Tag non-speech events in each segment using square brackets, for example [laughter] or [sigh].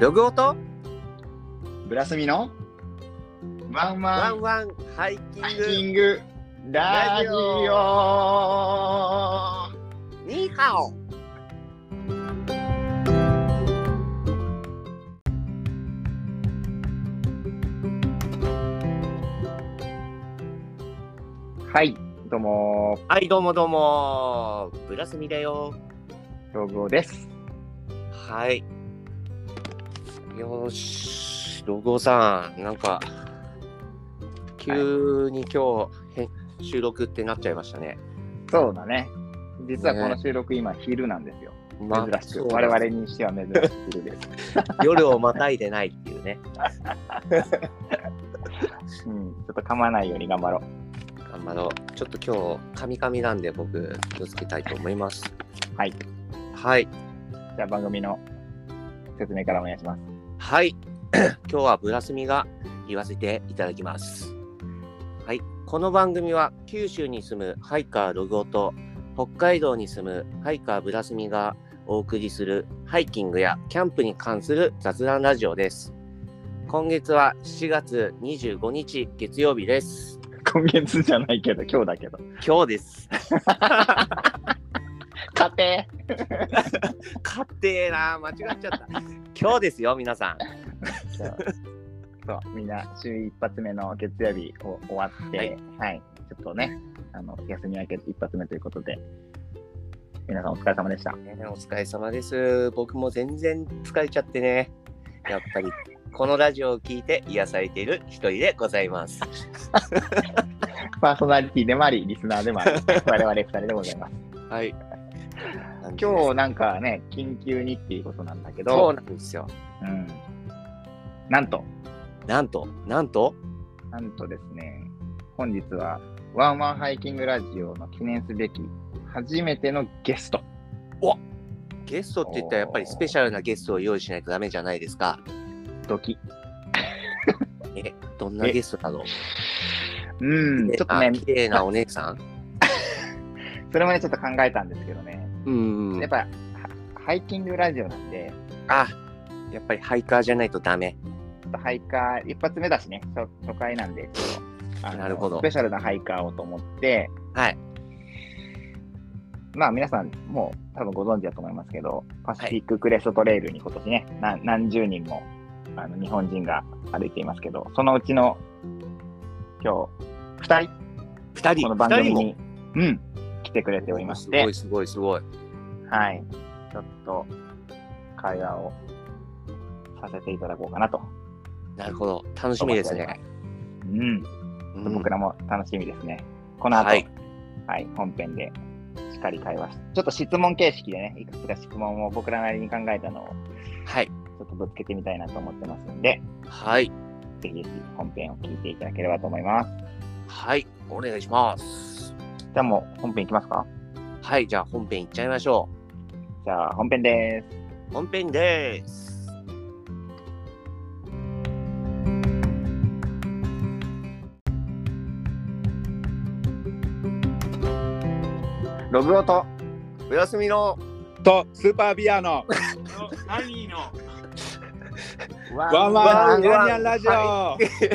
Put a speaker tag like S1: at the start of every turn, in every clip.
S1: ログオと
S2: ブラスミのワン
S1: ワ
S2: ワ
S1: ン
S2: ン
S1: ワンハイキ
S2: ハイ
S1: ン
S2: キ
S1: グ
S2: ングラジオ
S1: ニーハオ
S2: はい、どうも、
S1: はいどうもどうもブラスミだよ
S2: ログオです。
S1: はいよーしログオさんなんか急に今日、へ収録ってなっちゃいましたね
S2: そうだね。実はこの
S1: ね
S2: 収録、今、昼なんですよ。
S1: まあ
S2: 珍し
S1: そ
S2: く、
S1: う
S2: 我々にしては珍しく
S1: [laughs]
S2: 昼です。
S1: 夜をまたいでないっていうね
S2: うん、ちょっと噛まないように頑張ろう。
S1: あんまのちょっと今日カミカミなんで僕気をつけたいと思います
S2: はい。
S1: はい
S2: じゃあ、番組の説明からお願いします。
S1: はい。 [clears throat] 今日はブラスミが言わせていただきます。はい。この番組は九州に住むハイカーログオと北海道に住むハイカーブラスミがお送りするハイキングやキャンプに関する雑談ラジオです。今月は7月25日月曜日です。
S2: 今月じゃないけど、今日だけど。
S1: 今日です。
S2: 家庭
S1: [laughs] 勝手な間違っちゃった。今日ですよ、皆さん。
S2: そうそう、みんな週一発目の月曜日を終わって、
S1: は
S2: はいい、ちょっとね、あの休み明け一発目ということで、皆さんお疲れ様でした。
S1: ねお疲れ様です。僕も全然疲れちゃってね。やっぱり、このラジオを聞いて癒されている一人でございます。
S2: パーソナリティでもあり、リスナー
S1: [laughs]
S2: でもあり、我々二人でございます。
S1: はい。
S2: 今日
S1: 日、
S2: なんかね、緊急にっていうことなんだ
S1: そ
S2: け
S1: う
S2: ど、
S1: なんですよ。
S2: うん、なんと、
S1: なんと、なんと、
S2: なんとですね、本日はワンワンハイキングラジオの記念すべき初めてのゲスト。
S1: ゲストって言ったらやっぱりスペシャルなゲストを用意しないとダメじゃないですか。
S2: ドキ
S1: え、どんな
S2: え
S1: ゲストなの
S2: うん、ちょっとね
S1: あ、綺麗なお姉さん。
S2: それもね、ちょっと考えたんですけどね、
S1: うん
S2: やっ。ぱはハイキングラジオなんで、
S1: あ、やっぱりハイカーじゃないとダメ。
S2: ちょっとハイカー、一発目だしね、初初回なんで、ちょっとあの
S1: なるほど
S2: スペシャルなハイカーをと思って、
S1: はい。
S2: まあ皆さん、もう多分ご存知だと思いますけど、パシフィッククレストトレイルに今年ね、な何十人もあの日本人が歩いていますけど、そのうちの今日、2人、
S1: 二人、
S2: この番
S1: 二
S2: 組
S1: 人も
S2: に、うん、来てくれておりまし
S1: す
S2: て
S1: ごい、すごいすごい。
S2: はい。ちょっと会話をさせていただこうかなと。
S1: なるほど。楽しみですね。
S2: うん。
S1: うん
S2: 僕らも楽しみですね。この後、
S1: は
S2: はいい、本編でしっかり会話して、ちょっと質問形式でね、いくつか質問を僕らなりに考えたのを
S1: はい。
S2: ちょっとぶつけてみたいなと思ってますんで、
S1: はい。
S2: ぜひぜひ本編を聞いていただければと思います。
S1: はい。お願いします。
S2: じゃあもう本編いきますか
S1: はい、じゃあ本編いっちゃいましょ
S2: じゃあ本編で
S1: う。本編です。
S2: ーす。ログオと
S1: おやすみの
S3: とスーパービアのアニーのワンワンニャンニャンラジオ、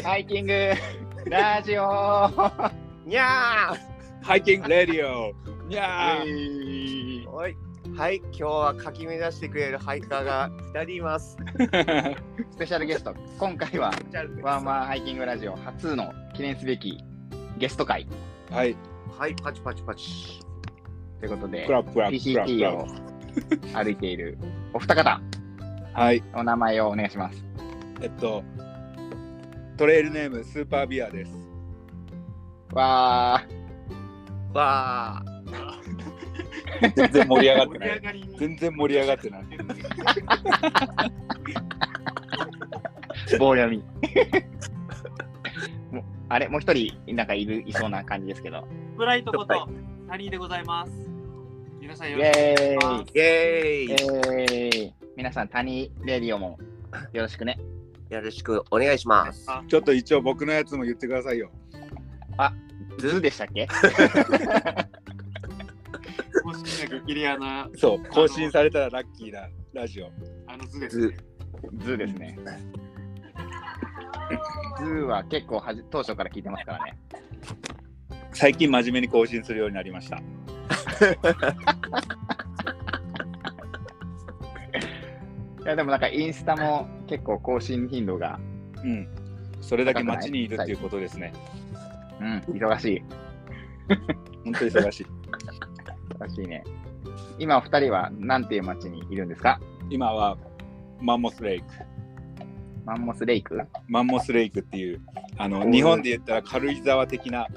S2: ハイキングラジオ
S1: にゃー
S3: ハイキングレディオにゃー、
S1: おい。はい、今日はかき乱してくれるハイカーが2人います。
S2: スペシャルゲスト、今回はワンワンハイキングラジオ初の記念すべきゲスト会
S3: はい
S1: はい、パチパチパチ。
S2: ということで
S3: ク、ラップクラップクラップク
S2: PCT
S3: ラ
S2: を
S3: ッ
S2: 歩いているお二方、
S3: プはい
S2: お名前をお願いします。
S3: えっとトレイルネームスーパービアです
S2: わ
S1: わー。
S3: 全然盛り上がって
S4: 盛り
S3: な
S4: 上
S3: い
S4: がりに
S3: 全然盛り上がってない
S2: ー、棒読み。 [laughs] もうあれ、もう一人、なんかいる、いそうな感じですけど。
S4: ブライトこ
S2: は
S4: とサニーでございます。皆さん
S2: イ
S4: よろしく
S2: ェ
S4: お願い
S2: ーイ
S4: し
S1: イエ
S2: イ
S1: ーイ
S2: ェーイ皆さん、谷レディオもよろしくね。
S1: よろしくお願いします。
S4: ま
S3: ちょっと一応僕のやつも言ってくださいよ
S2: ズーでしたっけ
S4: す。公式が激レアな
S3: そう更新されたらラッキーなラジオ
S4: あの図です
S1: 図
S4: ね。
S2: ズーですね。ズーは結構はじ当初から聞いてますからね。
S3: 最近真面目に更新するようになりました。
S2: いやでもなんかインスタも結構更新頻度が、
S3: うん。それだけ街にいるっていうことですね。
S2: うん、忙しい。
S3: 本当に忙しい。
S2: 忙しいね。今お二人はなんていう町にいるんですか
S3: 今はマンモスレイク。
S2: マンモスレイク
S3: マンモスレイクっていう、あ
S2: お
S3: の
S2: ー
S3: 日本で言ったら軽井沢的な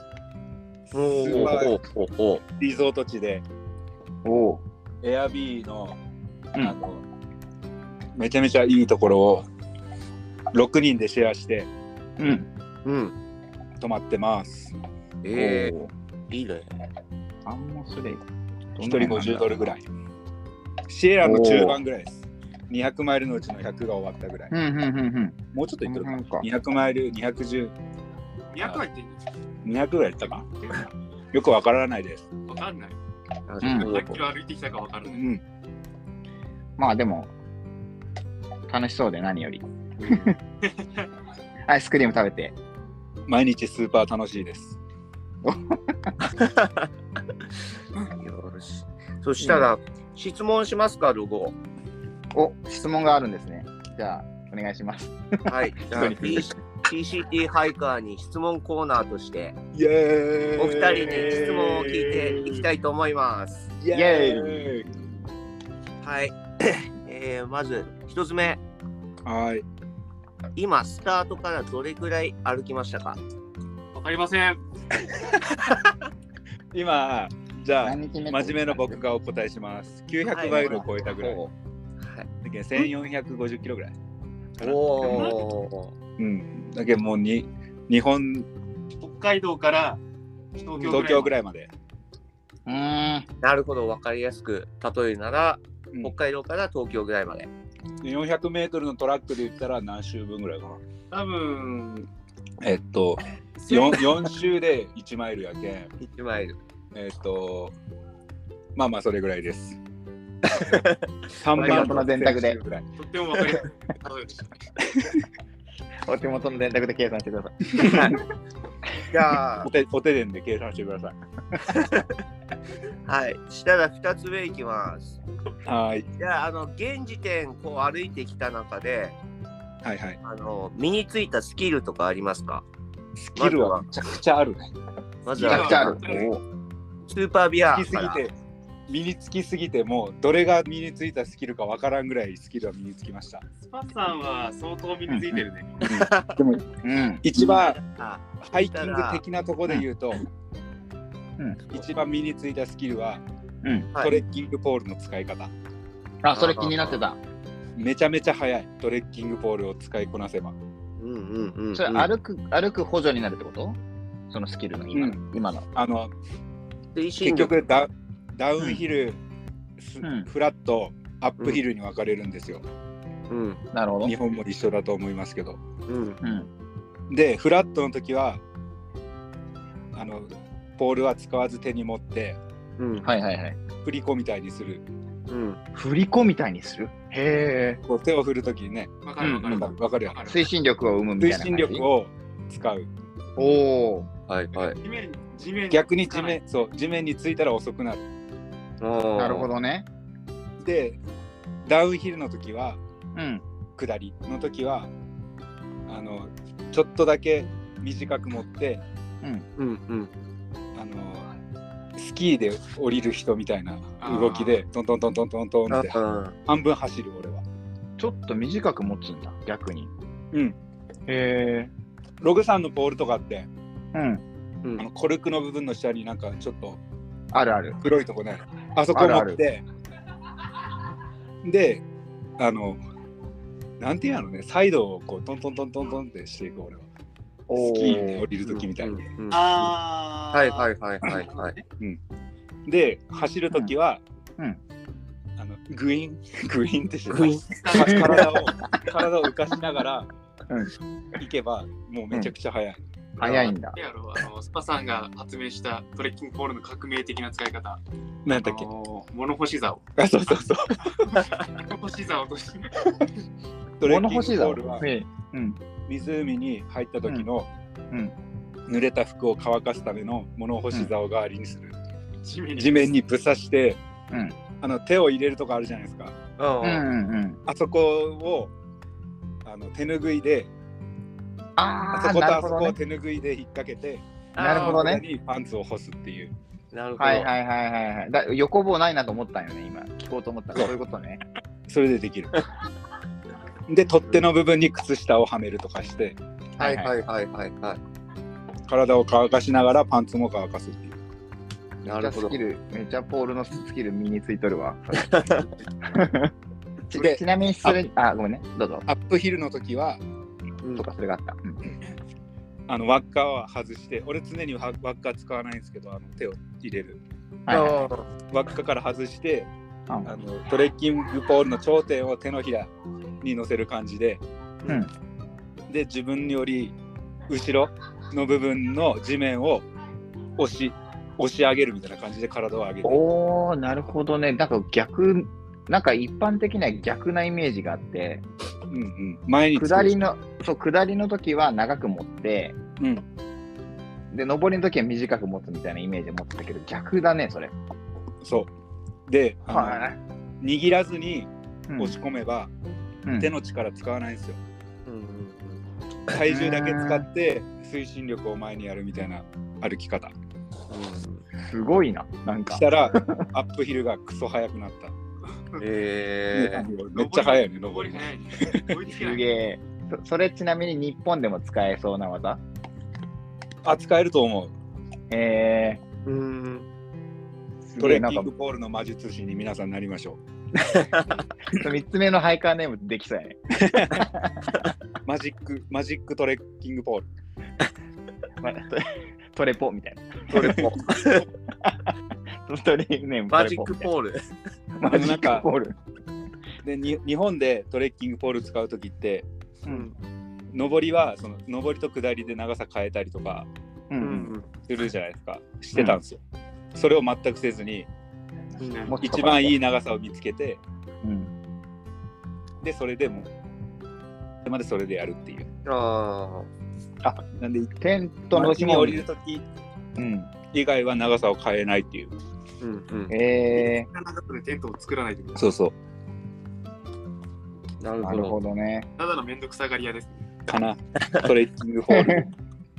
S3: スーパー
S1: おおおお
S3: リゾート地で、
S2: おお
S3: エアビーの
S2: う
S3: あ
S2: ん
S3: の、めちゃめちゃいいところを6人でシェアして
S2: ー。うん。
S1: うん。
S3: 泊まってます。
S1: え
S2: おー
S1: え、いいね。
S2: マンモスレイク。
S3: 1人50ドルぐらい。シエラの中盤ぐらいです。200マイルのうちの100が終わったぐらい。
S2: うんうんうんうん。
S3: もうちょっといっ
S2: こ
S3: て
S2: の
S3: るか。
S2: 辺か
S3: 200マイル、210、
S4: 200は言っていいんですか
S3: 200ぐらいやったか。よくわからないです。
S4: わかんない。
S1: あ
S2: うん
S1: そう
S4: 何
S1: そ
S4: キ
S1: う
S4: ロ歩いてきたかわか
S3: う
S4: らない。
S3: ん。
S2: まあでも、楽しそうで何より。 [laughs] アイスクリーム食べて。
S3: 毎日スーパー楽しいです。
S1: よし。そしたら、質問しますか、ロゴ。
S2: お、質問があるんですね。じゃあ、お願いします。
S3: [laughs]
S1: はい。じゃあ、
S2: 一人
S1: T- TCT ハイカーに質問コーナーとして、
S3: イエーイ
S1: お二人に質問を聞いていきたいと思います。
S3: イエーイ
S1: はい。 [coughs] えー、まず、一つ目。
S3: はい。
S1: 今、スタートからどれくらい歩きましたか
S4: わかりません。
S3: 今、じゃあ、
S2: 何決めて
S3: 真面目な僕がお答えします。900マイルを超えたぐらい。
S1: はい
S3: だけど1450キロぐらい。
S1: おお。
S3: うん。だけどもうに日本、
S4: 北海道から東京ぐらい
S3: 東京ぐらいまで。
S2: うーん。
S1: なるほど、わかりやすく例えるなら、
S3: うん
S1: 北海道から東京ぐらいまで。
S3: 400メートルのトラックで言ったら何周分ぐらいかな
S4: 多分、
S3: えっと、4, 4周で1マイルやけん、
S1: 1マイル。
S3: えっと、まあまあそれぐらいです。3
S2: 俺のこの電卓で
S3: ぐらい。
S4: とってもわかりやすい。例えでした
S2: お手元の電卓で計算してください。
S1: じゃあ
S3: お、手お手伝で計算してください。
S1: はい。したら2つ目いきます。
S3: はーい。
S1: じゃあ、あの、現時点、こう歩いてきた中で、
S3: はいはい。
S1: あの、身についたスキルとかありますか
S3: スキルはめちゃくちゃあるね。
S1: まず
S2: めちゃ
S1: は
S2: くちゃある。
S4: うん
S2: おー
S1: スーパービア
S3: つきすぎ
S1: から。
S3: て、身につきすぎて、もうどれが身についたスキルかわからんぐらいスキルは身につきました。
S4: スパさんは相当身についてるね。
S3: でも
S2: うん。
S3: 一番
S1: あ
S3: ハイキング的なとこで言うと、一番身についたスキルは、
S2: うん。
S1: はい
S3: トレッキングポールの使い方。
S2: あ、それ気になってた。
S3: めちゃめちゃ速いトレッキングポールを使いこなせば、
S1: うんうんうん、うん。
S2: それ歩く、歩く補助になるってことそのスキルの今の。
S3: う
S2: 今の。
S3: あの
S1: 推進
S3: 結
S1: 力
S3: 局ダダウンヒル、す
S2: うん
S3: フラットアップヒルに分かれるんですよ、
S1: うん
S2: なるほど
S3: 日。本も一緒だと思いますけど
S1: うん
S2: うん。
S3: でフラットの時はあのポールは使わず手に持って
S1: うん
S2: はいはいはい。
S3: 振り子みたいにする
S1: うん
S2: 振り子みたいにするへえ。
S3: こう手を振る時にね
S4: わかるわか
S2: う
S4: る。
S2: ん
S4: わ
S3: 分かるよ
S4: かる。
S2: 推進力を生むみたい
S3: 推
S2: な感じ。
S3: 進力を使う
S2: おお。
S1: はいはい
S4: 地面、地面
S3: 逆に地面そう地面についたら遅くなる
S1: な
S2: なるほどね。
S3: でダウンヒルの時は
S2: うん。
S3: 下りの時はあのちょっとだけ短く持って
S1: うんうん
S3: あのスキーで降りる人みたいな動きでトントントントントントンって
S1: あ
S3: 半分走る俺は
S2: ちょっと短く持つんだ、逆に。
S3: うん
S2: へえ。
S3: ログさんのポールとかって
S2: うん。
S1: う
S3: あ
S1: ん
S3: のコルクの部分の下になんかちょっと
S2: あるある。
S3: 黒いとこねあそこを持ってであのなんていうのねサイドをこうトントントントントンってしていく俺はスキーで降りる時みたいに
S1: うんうん
S4: あー。
S1: はいはいはいはいはい
S3: で走る時は、
S2: うんうん
S3: あのグイーン [laughs] グイーンってして
S1: グイーン
S4: ス
S3: か
S4: タート
S3: 体を体を浮かしながら
S2: う
S3: 行けばもうめちゃくちゃ速い、
S2: 早いんだ。
S4: やろあのスパさんが発明したトレッキングポールの革命的な使い方。
S3: なんだっけ
S4: あのー物干し竿。
S3: あそうそうそう
S4: 物干し竿として。
S3: トレッ
S2: 物
S3: キン
S2: 欲しい
S3: グ
S2: だ
S3: ポ
S2: ろ
S3: ールは
S2: う。ん。うん。
S3: 湖に入った時の
S2: うん。
S3: 濡れた服を乾かすための物干し竿代わりにする。
S4: 地面に
S3: 地面にぶさして、
S2: うん
S3: あの手を入れるとこあるじゃないですか。
S1: うん
S2: うんうんうん。
S3: あそこをあの手ぬぐいで、
S2: あ
S3: あ
S2: あ、
S3: そこ
S2: な
S3: と
S2: る
S3: あそ
S2: ほ
S3: こ
S2: ど
S3: を
S2: ね。
S3: 手ぬぐいで引っ掛けて、
S2: なるほどね
S3: そこにパンツを干すっていう。
S1: なるほど。
S2: はいはいはいはいはい。だ横棒ないなと思ったんよね、今。聞こうと思ったら、そういうことね。
S3: それでできる。で、取っ手の部分に靴下をはめるとかして、
S1: はいはいはいはいはい。
S3: 体を乾かしながらパンツも乾かすっていう。
S1: な
S2: め
S1: る
S2: っち
S1: ほど
S2: ゃスキ。ル、めっちゃポールのスキル身についとるわ。ち
S3: で
S2: ちなみにそれ、あ、ごめんね。どうぞ。
S3: アップヒルの時は、
S1: うん
S2: とか、それがあった。うん
S3: あの輪っかは外して、俺常に輪輪っか使わないんですけど、あの手を入れる。
S2: はいはい
S3: 輪っかから外して、
S2: う
S3: あ
S2: ん
S3: のトレッキングポールの頂点を手のひらに乗せる感じで、
S2: うん
S3: で、自分より後ろの部分の地面を押し、押し上げるみたいな感じで体を上げる。
S2: おー、なるほどね。なんか逆、なんか一般的には逆なイメージがあって、
S3: うんうん、前につく
S2: 下りの、そう、下りの時は長く持って、
S3: うん、
S2: で、上りの時は短く持つみたいなイメージを持ってたけど、逆だね、それ。
S3: そう。で、あの
S2: はい。
S3: 握らずに
S2: うん
S3: 押し込めば、
S2: うん
S3: 手の力使わないんですよ。
S1: うんうん
S3: 体重だけ使って推進力を前にやるみたいな歩き方。
S2: すごいな、なんか
S3: し。たら、アップヒルがクソ速くなった。
S1: うん。え
S3: めっちゃ速いよね、
S4: 上
S3: 登
S4: り
S3: り。
S4: 早い
S3: [laughs]
S4: ね。追いつけな
S2: す
S4: い
S2: げえ。そそれちなみに日本でも使えそうな技
S3: あ、使えると思う。
S2: え
S1: ー。うん。
S2: ー、す
S3: ト
S2: げ
S3: レ
S2: え、
S3: ッ
S2: なん
S3: キ
S2: か
S3: ングポールの魔術師に皆さんなりましょ
S2: 3つ目のハイカーネームできそうやね。
S3: う。マジック、マジックトレッキングポール。
S2: まトレトレポみたいな。
S1: トレポ。
S2: トレネームト
S1: マ
S2: レ
S1: ジッ
S2: ポ
S1: ク
S2: みたいな
S1: ポール。
S2: マジックポール。
S3: で、に日本でトレッキングポール使うときって、
S2: う
S1: うんん。
S3: 上りは、その上りと下りで長さ変えたりとか
S2: う
S1: うんん。
S3: するじゃないですか。してたんですよ。それを全くせずに、
S1: うん
S2: もっと
S3: 一番いい長さを見つけて、
S2: うん
S3: で、それでもう、までそれでやるっていう。
S1: あ
S3: なんで、
S2: テントの
S3: 街に降り
S2: る
S3: るとき
S2: うん。
S3: 以外は長さを変えないっていう。
S1: ーうんうん。
S2: え
S4: なかなかねテントを作らないという
S3: そうそう。
S1: な
S2: ー、
S1: る
S2: な
S1: ほ
S2: る
S1: ど
S2: ほ。どね。
S4: ただのめんどくさがり屋ですね。
S3: かな。トレッキングホール。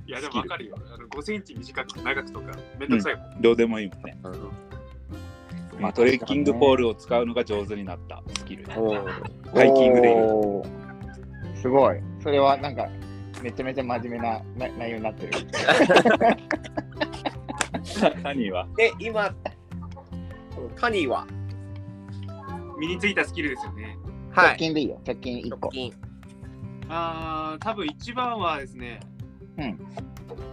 S4: いや、でもわかるよ。あの5センチ短く、長くとか、めんどくさいもん。
S3: どうでもいいもん [laughs] ね。まあ、トレッキングポールを使うのが上手になったスキル。
S1: お
S3: ハイキングでいい
S2: おーすごい。それはなんか、めちゃめちゃ真面目なな内容になってる。
S3: ハニーは。
S1: え、今、カニーは
S4: 身についたスキルですよね。
S1: は
S2: 直
S1: い。
S2: 近でいいよ。直近1個。
S1: 近。
S4: あー、多分一番はですね、
S2: うん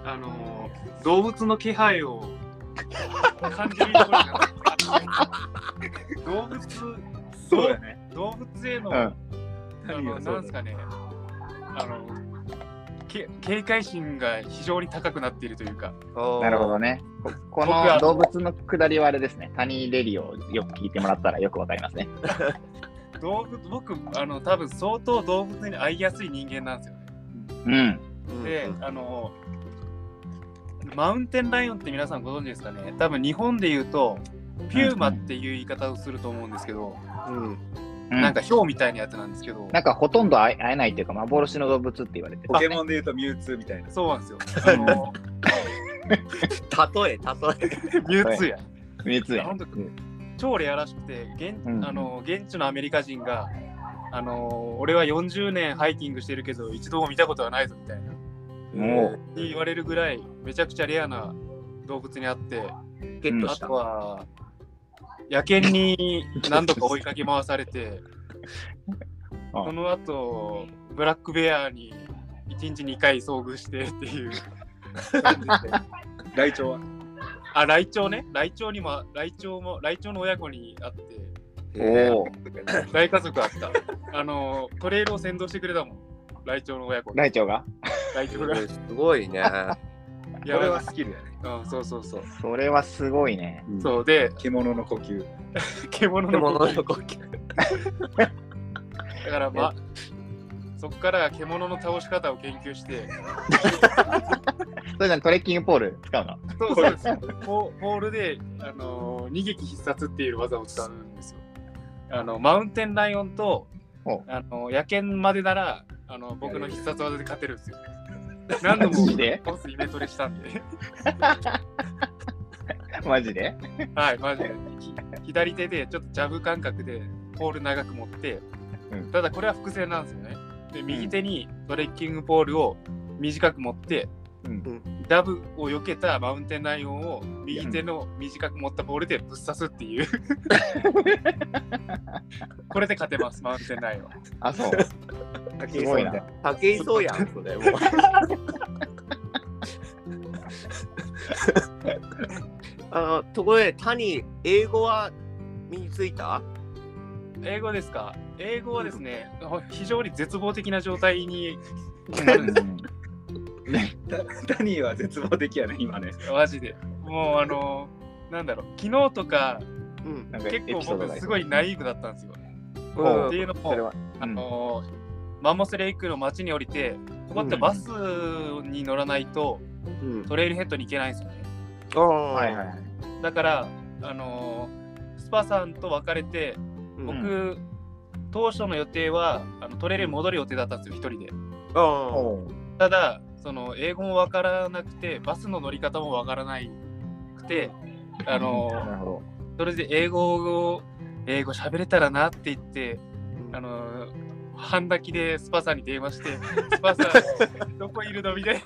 S4: あのー、動物の気配を感じるようになった。動物、
S3: そうだね。
S4: 動物への、
S2: うん
S4: あのなんですかね、あのけ警戒心が非常に高くなっているというか、
S2: なるほどね。ここ
S4: 僕は
S2: の動物のくだりはあれですね。他人レディをよく聞いてもらったらよくわかりますね。
S4: 動物僕、あの多分相当動物に会いやすい人間なんですよね。
S2: うん。
S1: うん。
S4: で、あの、マウンテンライオンって皆さんご存知ですかね、多分日本で言うと、ピューマっていう言い方をすると思うんですけど、
S1: うん。
S2: うん
S4: なんかヒョウみたいなやつなんですけど、
S2: なんかほとんど会え会えないというか、幻の動物って言われてる
S3: [laughs] ポ。ケモンで言うとミュウツーみたいな。
S4: そうなんですよ。あの
S1: 例え、例え。
S4: ミュウツーや。
S2: ミュウツーや
S4: ほんと超レアらしくて現,、
S2: うん
S4: あの現地のアメリカ人があの俺は40年ハイキングしてるけど一度も見たことはないぞみたいな
S2: も
S4: 言われるぐらいめちゃくちゃレアな動物にあって
S1: う、ゲット
S4: あ
S1: した
S4: と。は野犬に何度か追いかけ回されて
S2: あ
S4: その後ブラックベアに1日2回遭遇してっていう感じで。
S3: ライチョウは。
S4: あ、ライチョウね。ライチョウにも、ライチョウも、ライチョウの親子に会って、
S2: おお。
S4: 大家族あった。あの、トレイルを先導してくれたもん。ライチョウの親子。
S2: ライチョウが
S4: ライチョウが。い
S1: すごいね。
S4: や、俺は、
S3: スキルやね。
S4: うん、そうそうそう。
S2: それはすごいね。
S3: そう。
S4: そうで、
S3: 獣の呼吸。
S4: 獣の
S1: 獣
S4: 子
S1: の呼吸。
S4: だから、ま、そこから獣の倒し方を研究して、
S2: それじゃトレッキングポール使うの
S4: そうそうですポポールで、あのー逃げき必殺っていう技を使うんですよ。あのマウンテンライオンと
S2: お
S4: あの野犬までならあの僕の必殺技で勝てる
S2: [laughs]
S4: んですよ。何度
S2: マ
S4: も
S2: ジで
S4: ボスイメトレしたんで、
S2: マジで
S4: はい、マジでひ左手でちょっとジャブ感覚でポール長く持って、
S2: うん
S4: ただこれは伏線なんですよね。で右手にトレッキングポールを短く持って、
S2: うん
S4: ダブを避けたマウンテンライオンを右手の短く持ったボールでぶっ刺すっ
S2: [laughs]
S4: ていうこれで勝てますマウンテンライオン
S2: あ、そう。
S3: す
S2: すご
S3: [laughs]
S2: いな。
S1: 武井壮やん、そ
S2: [laughs]
S1: れ。もうあのところで、谷、英語は身についた
S4: 英語ですか英語はですね、非常に絶望的な状態になるんで
S3: タニーは絶望的やね、今ね。
S4: すよマジでもうあのなんだろう昨日とか
S1: うん。
S2: なんかエ
S4: 結
S2: ピソ
S4: 構
S2: ードが
S4: 僕すごいナイーブだったんですよ、
S2: うん
S4: っていうのも
S2: それは。
S4: あのーマンモスレイクの街に降りてここってバスに乗らないと
S1: うん。
S4: トレイルヘッドに行けないんですよね
S1: ああ、
S2: はいはいはい。
S4: だから、あのースパさんと別れて、
S1: うん
S4: 僕、
S1: あ
S4: 当初の予定はあのトレイルに戻る予定だったんですよ、一人で。
S1: あ、
S2: おう
S4: ただ、その英語もわからなくて、バスの乗り方もわからなくて、あの
S2: な
S4: ー
S2: るほど。
S4: それで英語を、英語喋れたらなって言って、あ
S1: の、
S4: のー半泣きでスパさんに電話 [laughs] して、スパさん、どこいるのみたいな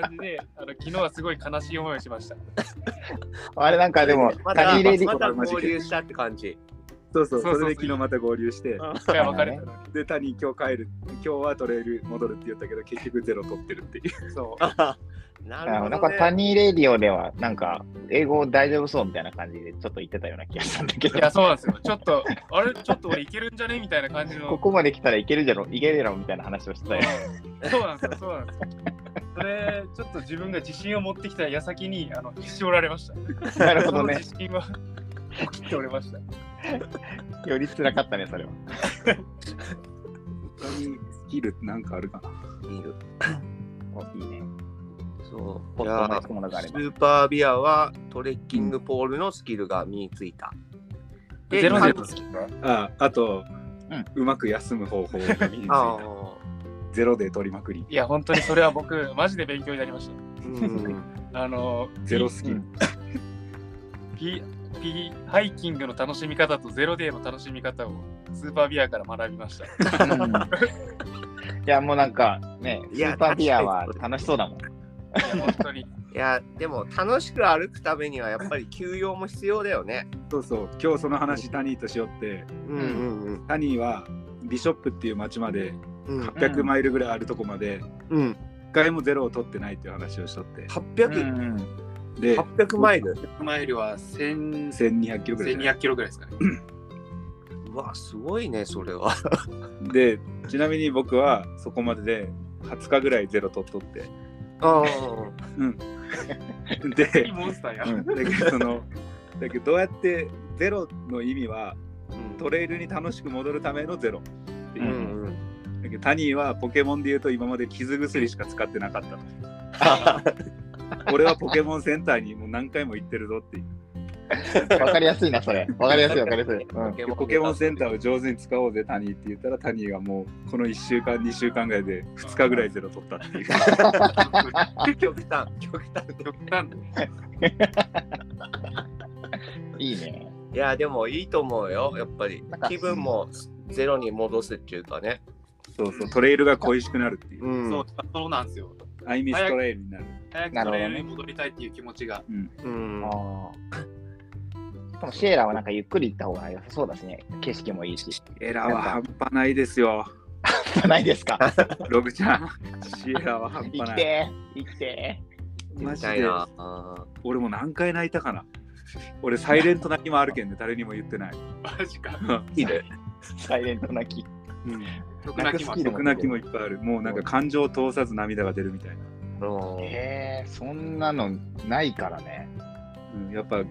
S4: 感じで、あの昨日はすごい悲しい思いをしました。
S2: あれなんかでも、
S1: ま
S2: タ
S1: た、
S2: ニーレディ
S1: また合流したって感
S2: [laughs]
S1: じ。
S3: そうそう、
S4: そうそう
S3: それで昨日また合流して、
S4: 一回別れたの
S3: で、タニー今日帰る、今日はトレイル戻るって言ったけど、結局ゼロ取ってるっていう。
S4: に、そう。
S1: な
S2: あ
S1: る
S2: の
S1: ほ
S2: な
S1: ど、
S2: んか
S1: ね。
S2: タニーレディオでは、なんか、英語大丈夫そうみたいな感じで、ちょっと言ってたような気がしたんだけ
S4: い
S2: ど
S4: や、、そうなんですよ。ちょっと、あれ、ちょっと俺いけるんじゃねみたいな感じの。
S2: ここまで来たらいけるじゃろ、いけるやろみたいな話をしてた
S4: [laughs]
S2: よ。
S4: そうなんですよ、そうなんですよ。それ、ちょっと自分が自信を持ってきた矢先に、あの、絞られました。
S2: なるほどね。
S4: その自信は、切っておれました。
S2: より辛かったね、それは。
S3: 他にスキルなんかあるかな。
S1: いる
S2: おいいね。
S1: そう。
S2: ポ
S1: い
S2: ッ
S1: や
S2: と同じものがあれ
S1: ス
S2: ば。
S1: ーパービアはトレッキングポールのスキルが身についた。で
S4: ゼロゼ
S1: か
S4: ロです
S3: ああ、あと、
S2: うん
S3: うまく休む方法が身につい
S1: あ
S3: た。
S1: あ、
S3: ゼロで取りまくり。
S4: いや、本当にそれは僕、マジで勉強になりまし
S1: うん。
S4: た。あの、
S3: ゼロスキル。
S4: ピ、ピ、ハイキングの楽しみ方とゼロデーの楽しみ方を、スーパービアから学びました。
S2: うんいや、もうなんか、ね、ス
S1: いや
S2: ーパービアは楽しそうだもん。
S4: いや、本当に。
S1: いや、でも楽しく歩くためにはやっぱり休養も必要だよね。
S3: そうそう、今日その話、タニーとしよって、
S1: うんうん
S3: タニーはビショップっていう町まで、
S1: うん。うん
S3: 800マイルぐらいあるとこまで、
S1: うん。
S3: 一回もゼロを取ってないっていう話をしとって。
S1: 800、
S3: で、
S1: 800マイル。
S4: マイルは1000、
S3: 1200キロぐらいじゃない。
S4: 1200キロぐらいですかね。
S1: うわ、すごいね、それは。
S3: で、ちなみに僕はそこまでで20日ぐらいゼロ取っ
S1: [laughs]
S3: とって。
S1: ああ。
S4: いい
S3: で、
S4: モンスターや。
S3: うん、だけどその、だけどどうやってゼロの意味はトレイルに楽しく戻るためのゼロって
S1: う
S3: いう。
S1: んうん。
S3: だけどタニーはポケモンで言うと今まで傷薬しか使ってなかったと。 [laughs] 俺はポケモンセンターにもう何回も行ってるぞっていう。
S2: わかりやすいな、それ。わかりやすい、わかりやすい。うん
S3: ポケモンセンター
S1: を。
S3: を上手に使おうぜ、タニーって言ったら、タニーがもうこの1週間、2週間ぐらいで2日ぐらいゼロ取ったっていう。
S1: 極端、極端。
S4: 極端だね
S2: いいね。
S1: いや、でもいいと思うよ、やっぱり
S2: なん。か
S1: 気分もゼロに戻すっていうかね。
S3: そうそう、トレイルが恋しくなるっていう。
S1: ん
S4: そう、そうなんですよ。
S3: アイミストレイルになる。
S4: 早くトレイルに戻りたいっていう気持ちが。
S1: うん
S2: あーしかもシエラはなんかゆっくり行った方が良さそうだしね。景色もいいし。
S3: エラーは半端ないですよ。
S2: ないですか
S3: ログちゃん、シエラは半
S2: 生
S3: 端
S2: き
S3: ない。
S2: てー、生きて
S3: マ
S1: み
S3: ジ
S1: たい
S3: で、
S1: な。あー
S3: 俺も何回泣いたかな。俺、サイレント泣きもあるけんね、誰にも言ってない。
S4: マジか。
S1: いいね。
S2: ー。サイレント泣 [laughs] き。
S3: うん、
S4: 曲
S2: 泣
S4: 泣
S2: く
S4: き
S2: ス
S4: ま
S2: キ
S4: す。
S2: ルも
S3: 僕泣きもいっぱいある。もうなんか感情を通さず涙が出るみたいな。
S1: うん
S2: えー、そんなのないからね。
S3: うん、やっぱ、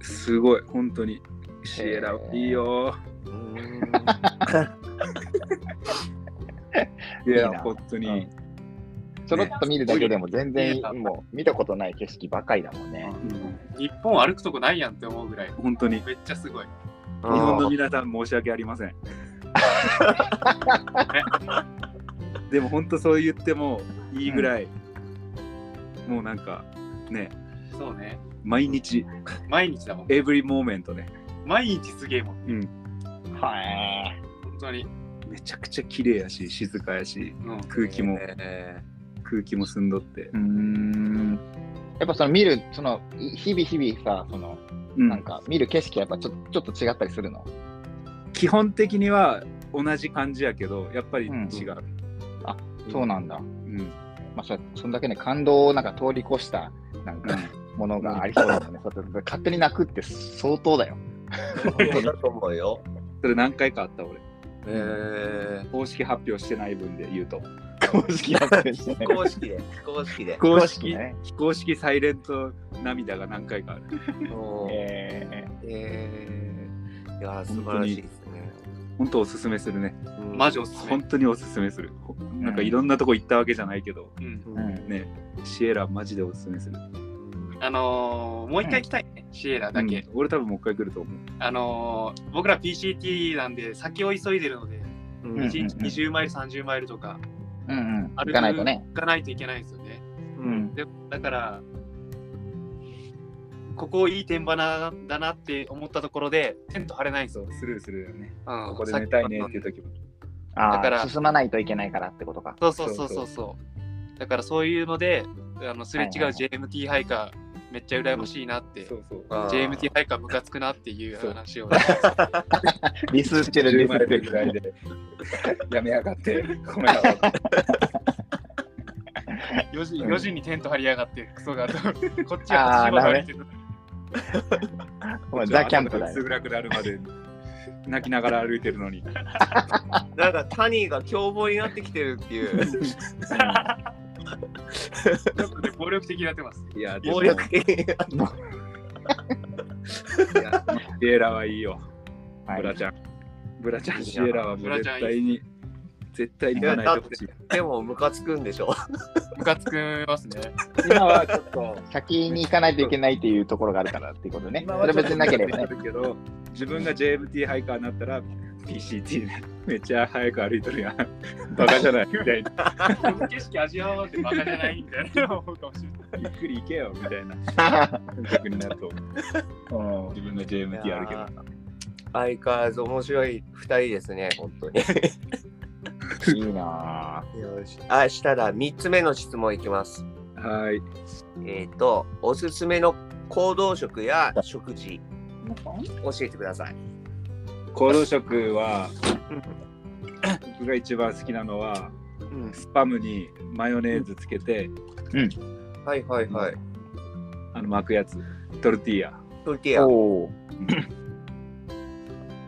S3: すごい、本当に。シエラ、いいよ。
S1: うーん
S3: いや、
S2: いいな
S3: 本当に。
S2: うんちょろっと見るだけでも全然いいもう見たことない景色ばかりだもんね。
S3: うん
S4: 日本歩くとこないやんって思うぐらい。
S3: 本当に。日
S4: めっちゃすごい。
S1: 日
S3: 本の皆さん、申し訳ありません。でも本当そう言ってもいいぐらい、もうなんか、ね、
S4: そうね。
S3: 毎日、
S4: 毎日だもん。
S3: エブリモーメントね、
S4: 毎日すげえもん。
S2: はい。
S4: 本当に。
S3: めちゃくちゃ綺麗やし、静かやし、
S4: うん。
S3: 空気も、
S1: え
S3: 空気も澄んどって。
S2: うーん。やっぱその見る、そのい日々日々さ、その
S3: うん
S2: なんか見る景色やっぱちょちょっと違ったりするの。
S3: 基本的には同じ感じやけど、やっぱり違う。
S2: うんそうなんだ。
S3: うん
S2: まあそそんだけね感動をなんか通り越したなん
S3: う
S2: か
S3: ん
S2: ものがありそうだもんね。そうそう勝手に泣くって相当 [laughs] だよ。
S1: そうだと思うよ。
S3: それ何回かあった俺。
S1: えー、
S3: 公式発表してない分で言うと。
S2: 公式なことにしてね
S1: 非公式で、非公式で。
S3: 公
S2: 公式
S3: 式、
S2: ね
S3: 非公式サイレント涙が何回かある。
S1: うん
S2: え
S1: えー、いやー、素晴らしいですね。
S3: 本当おすすめするね。
S1: うん
S4: マジおすすめ
S3: 本。当におすすめする。ほ
S2: ん
S3: なんかいろんなとこ行ったわけじゃないけど、
S4: うん。
S1: う
S2: ーうんん
S3: ね、シエラマジでおすすめする。
S4: あのー、もう一回来たいね。シエラだけ。
S3: うん俺多分もう一回来ると思う。
S4: あのー、僕ら PCT なんで先を急いでるので、
S1: うん
S2: うん
S4: 1日20マイル、30マイルとか
S2: うんうん。
S4: 歩
S2: 行かないとね。
S4: 行かないといけないんですよね。
S1: うん
S4: でだから、ここいい天場なだなって思ったところで、テント張れないんですよ。
S3: スルーするよね。
S4: うん
S3: ここで寝たいねっていう時も。
S2: あ
S4: だか
S2: あ、
S4: ら
S2: 進まないといけないからってこと [laughs] か。
S4: そうそうそうそうそう。だからそういうので、あのすれ違
S2: は
S4: う
S2: いはいはい
S4: JMT ハイカー、めっちゃ羨ましいなって、
S3: そうそう。
S1: あー
S4: JMT ハイカームカつくなっていう
S3: そう
S4: 話を。
S2: リスしてる、リ
S3: 10
S2: ス
S3: マ
S2: して
S3: イル
S2: [laughs] る
S3: ぐ。らいで。 [laughs] やめやがって。ごめんなさい。
S4: 4時
S2: うん
S4: ,4 時にテント張りやがって、クソが。こっち
S2: あ
S4: は
S2: ー
S4: 8時まで歩いてる。
S2: まあザ・キャンプだ [laughs]
S3: す
S2: よ。
S3: ぐくなるまで泣きながら歩いてるのに。
S1: なんかタニーが凶暴になってきてるっていう、
S4: ちょっとね、暴力的になってます。
S3: いや、でも
S1: 暴力的に。
S3: シエラはいいよ、
S2: はい
S3: ブラちゃん。ブラちゃん、シエラはも
S4: ブ
S3: う
S4: ラ
S3: 絶
S4: ちゃん
S3: 対に、絶対に行かないでほしい。
S1: でも、ムカつくんでしょ。
S4: ムカつくますね。
S2: [laughs] 今はちょっと先に行かないといけないっていうところがあるからっていうことね。それ別になけれ [laughs] ばね。
S3: けど、自分が JMT ハイカーになったら、PCT ね。めっちゃ早く歩いてるや
S2: [laughs]
S3: ん。バカじゃないみたいな。
S4: この景色味わわってバカじゃないみたいな思うかもしれない。
S3: ゆっくり行けよ、みたいな。感覚になると、自分が JMT やるけど。
S1: 相変わらず面白い2人ですね、本当に。
S2: いいなぁ。
S1: よし。あ、したら3つ目の質問いきます。
S3: はい。
S1: えっ、と、おすすめの行動食や食事、教えてください。
S3: 行動食は、僕が一番好きなのは、
S1: うん、
S3: スパムにマヨネーズつけて、
S1: はいはいはい。
S3: あの巻くやつトルティーヤ
S1: トルティーヤ。
S2: おー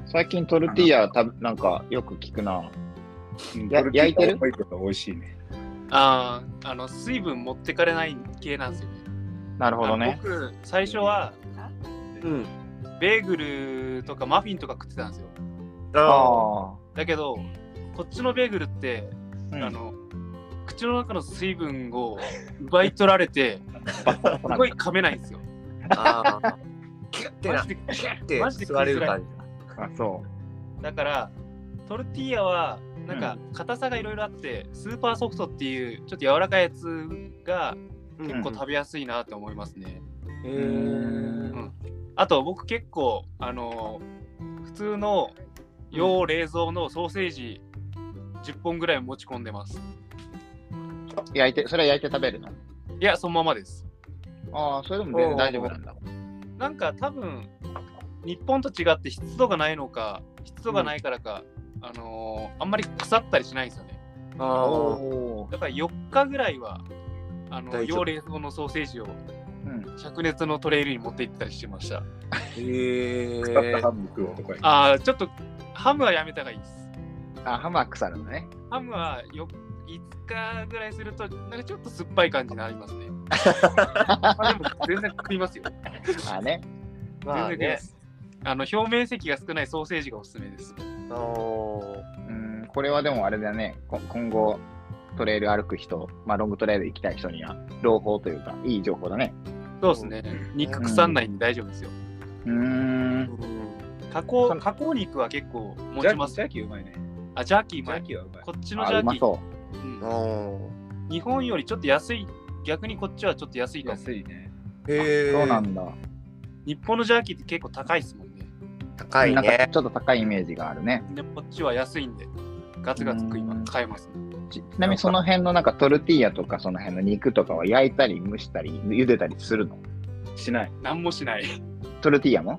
S2: 最近トルティーヤたなんかよく聞くな。
S3: うん
S2: や
S3: トルティーヤ
S2: 焼いてる
S3: 多いけど美味しいね
S4: ああ、あの、水分持ってかれない系なんですよね。
S2: なるほど
S4: あの
S2: ね。
S4: 僕、最初は、
S1: うん。
S4: ベーグルとかマフィンとか食ってたんですよ。
S1: あ
S2: あ
S4: だけど、こっちのベーグルって、
S2: あ。うん
S4: あの、口の中の水分を奪い取ら
S2: [laughs]
S4: れて、す
S2: そうなん
S4: ご
S2: だ
S4: い噛めないんですよ。
S1: ーあー。キュッて
S4: マ
S1: な
S4: ジ、で
S1: って
S4: マジで
S1: 吸われる感じ。
S2: あそ
S4: だから、トルティーヤは、なんか、硬さがいろいろあって、スーパーソフトっていう、ちょっと柔らかいやつが、結構食べやすいなって思いますね。
S1: へ
S2: う。う
S1: ー
S2: ん
S4: あと僕結構あのー普通の要冷蔵のソーセージ10本ぐらい持ち込んでます。
S2: 焼いて、それは焼いて食べるの
S4: いや、そのままです。
S2: ああ、それでも全然大丈夫なんだ。
S4: なんか多分日本と違って湿度がないのか、湿度がないからか、あのーあんまり腐ったりしないんですよね。
S1: あー
S2: おー
S4: だから4日ぐらいはあの
S1: 大丈夫
S4: 要冷蔵のソーセージを
S2: うん
S4: 灼熱のトレイルに持って行ったりしてました。
S1: へ
S3: 使った
S1: え
S3: ハ。ム食おうとか
S4: ああ、ちょっとハムはやめた方がいいです。
S2: あ、ハマー腐るのね。
S4: ハムはよ5日ぐらいすると、なんかちょっと酸っぱい感じになります [laughs] ね。まあでも全然食いますよ。
S2: あね。
S1: まあ
S4: 全然食いま
S1: ね。
S4: す。あの表面積が少ないソーセージがおすすめです。
S1: あのー
S2: うん、これはでもあれだね、こ今後、トレイル歩く人、まあ、ロングトレイル行きたい人には、朗報というか、いい情報だね。
S4: そうですね。肉腐んないんで大丈夫ですよ。
S2: うーん。
S4: 加工加工肉は結構持
S3: ジャー
S4: ち
S3: キ
S4: ま
S3: ー
S4: す
S3: ジャーキーうまいね。
S4: あジャーキーう
S3: ジ
S4: ま
S3: ャー
S4: い
S3: キーはうまい。
S4: こっちのジ
S2: あ、
S4: ャ
S2: う
S4: ー
S2: ま
S4: キー、
S2: そ
S4: うん
S1: お
S4: 日本よりちょっと安い逆にこっちはちょっと安いかも
S3: 安いね。
S1: ーへ
S2: う。
S1: え。
S2: そうなんだ。
S4: 日本のジャーキーって結構高いですもんね
S1: 高い
S2: なんか
S1: ね。
S2: ちょっと高いイメージがあるね。
S4: でこっちは安いんでガツガツ食いま
S2: うん
S4: 買えます、ね、
S2: ちちなみにその辺のなんかトルティーヤとかその辺の肉とかは焼いたり蒸したり茹でたりするの
S3: しない。
S4: 何もしない
S2: トルティーヤも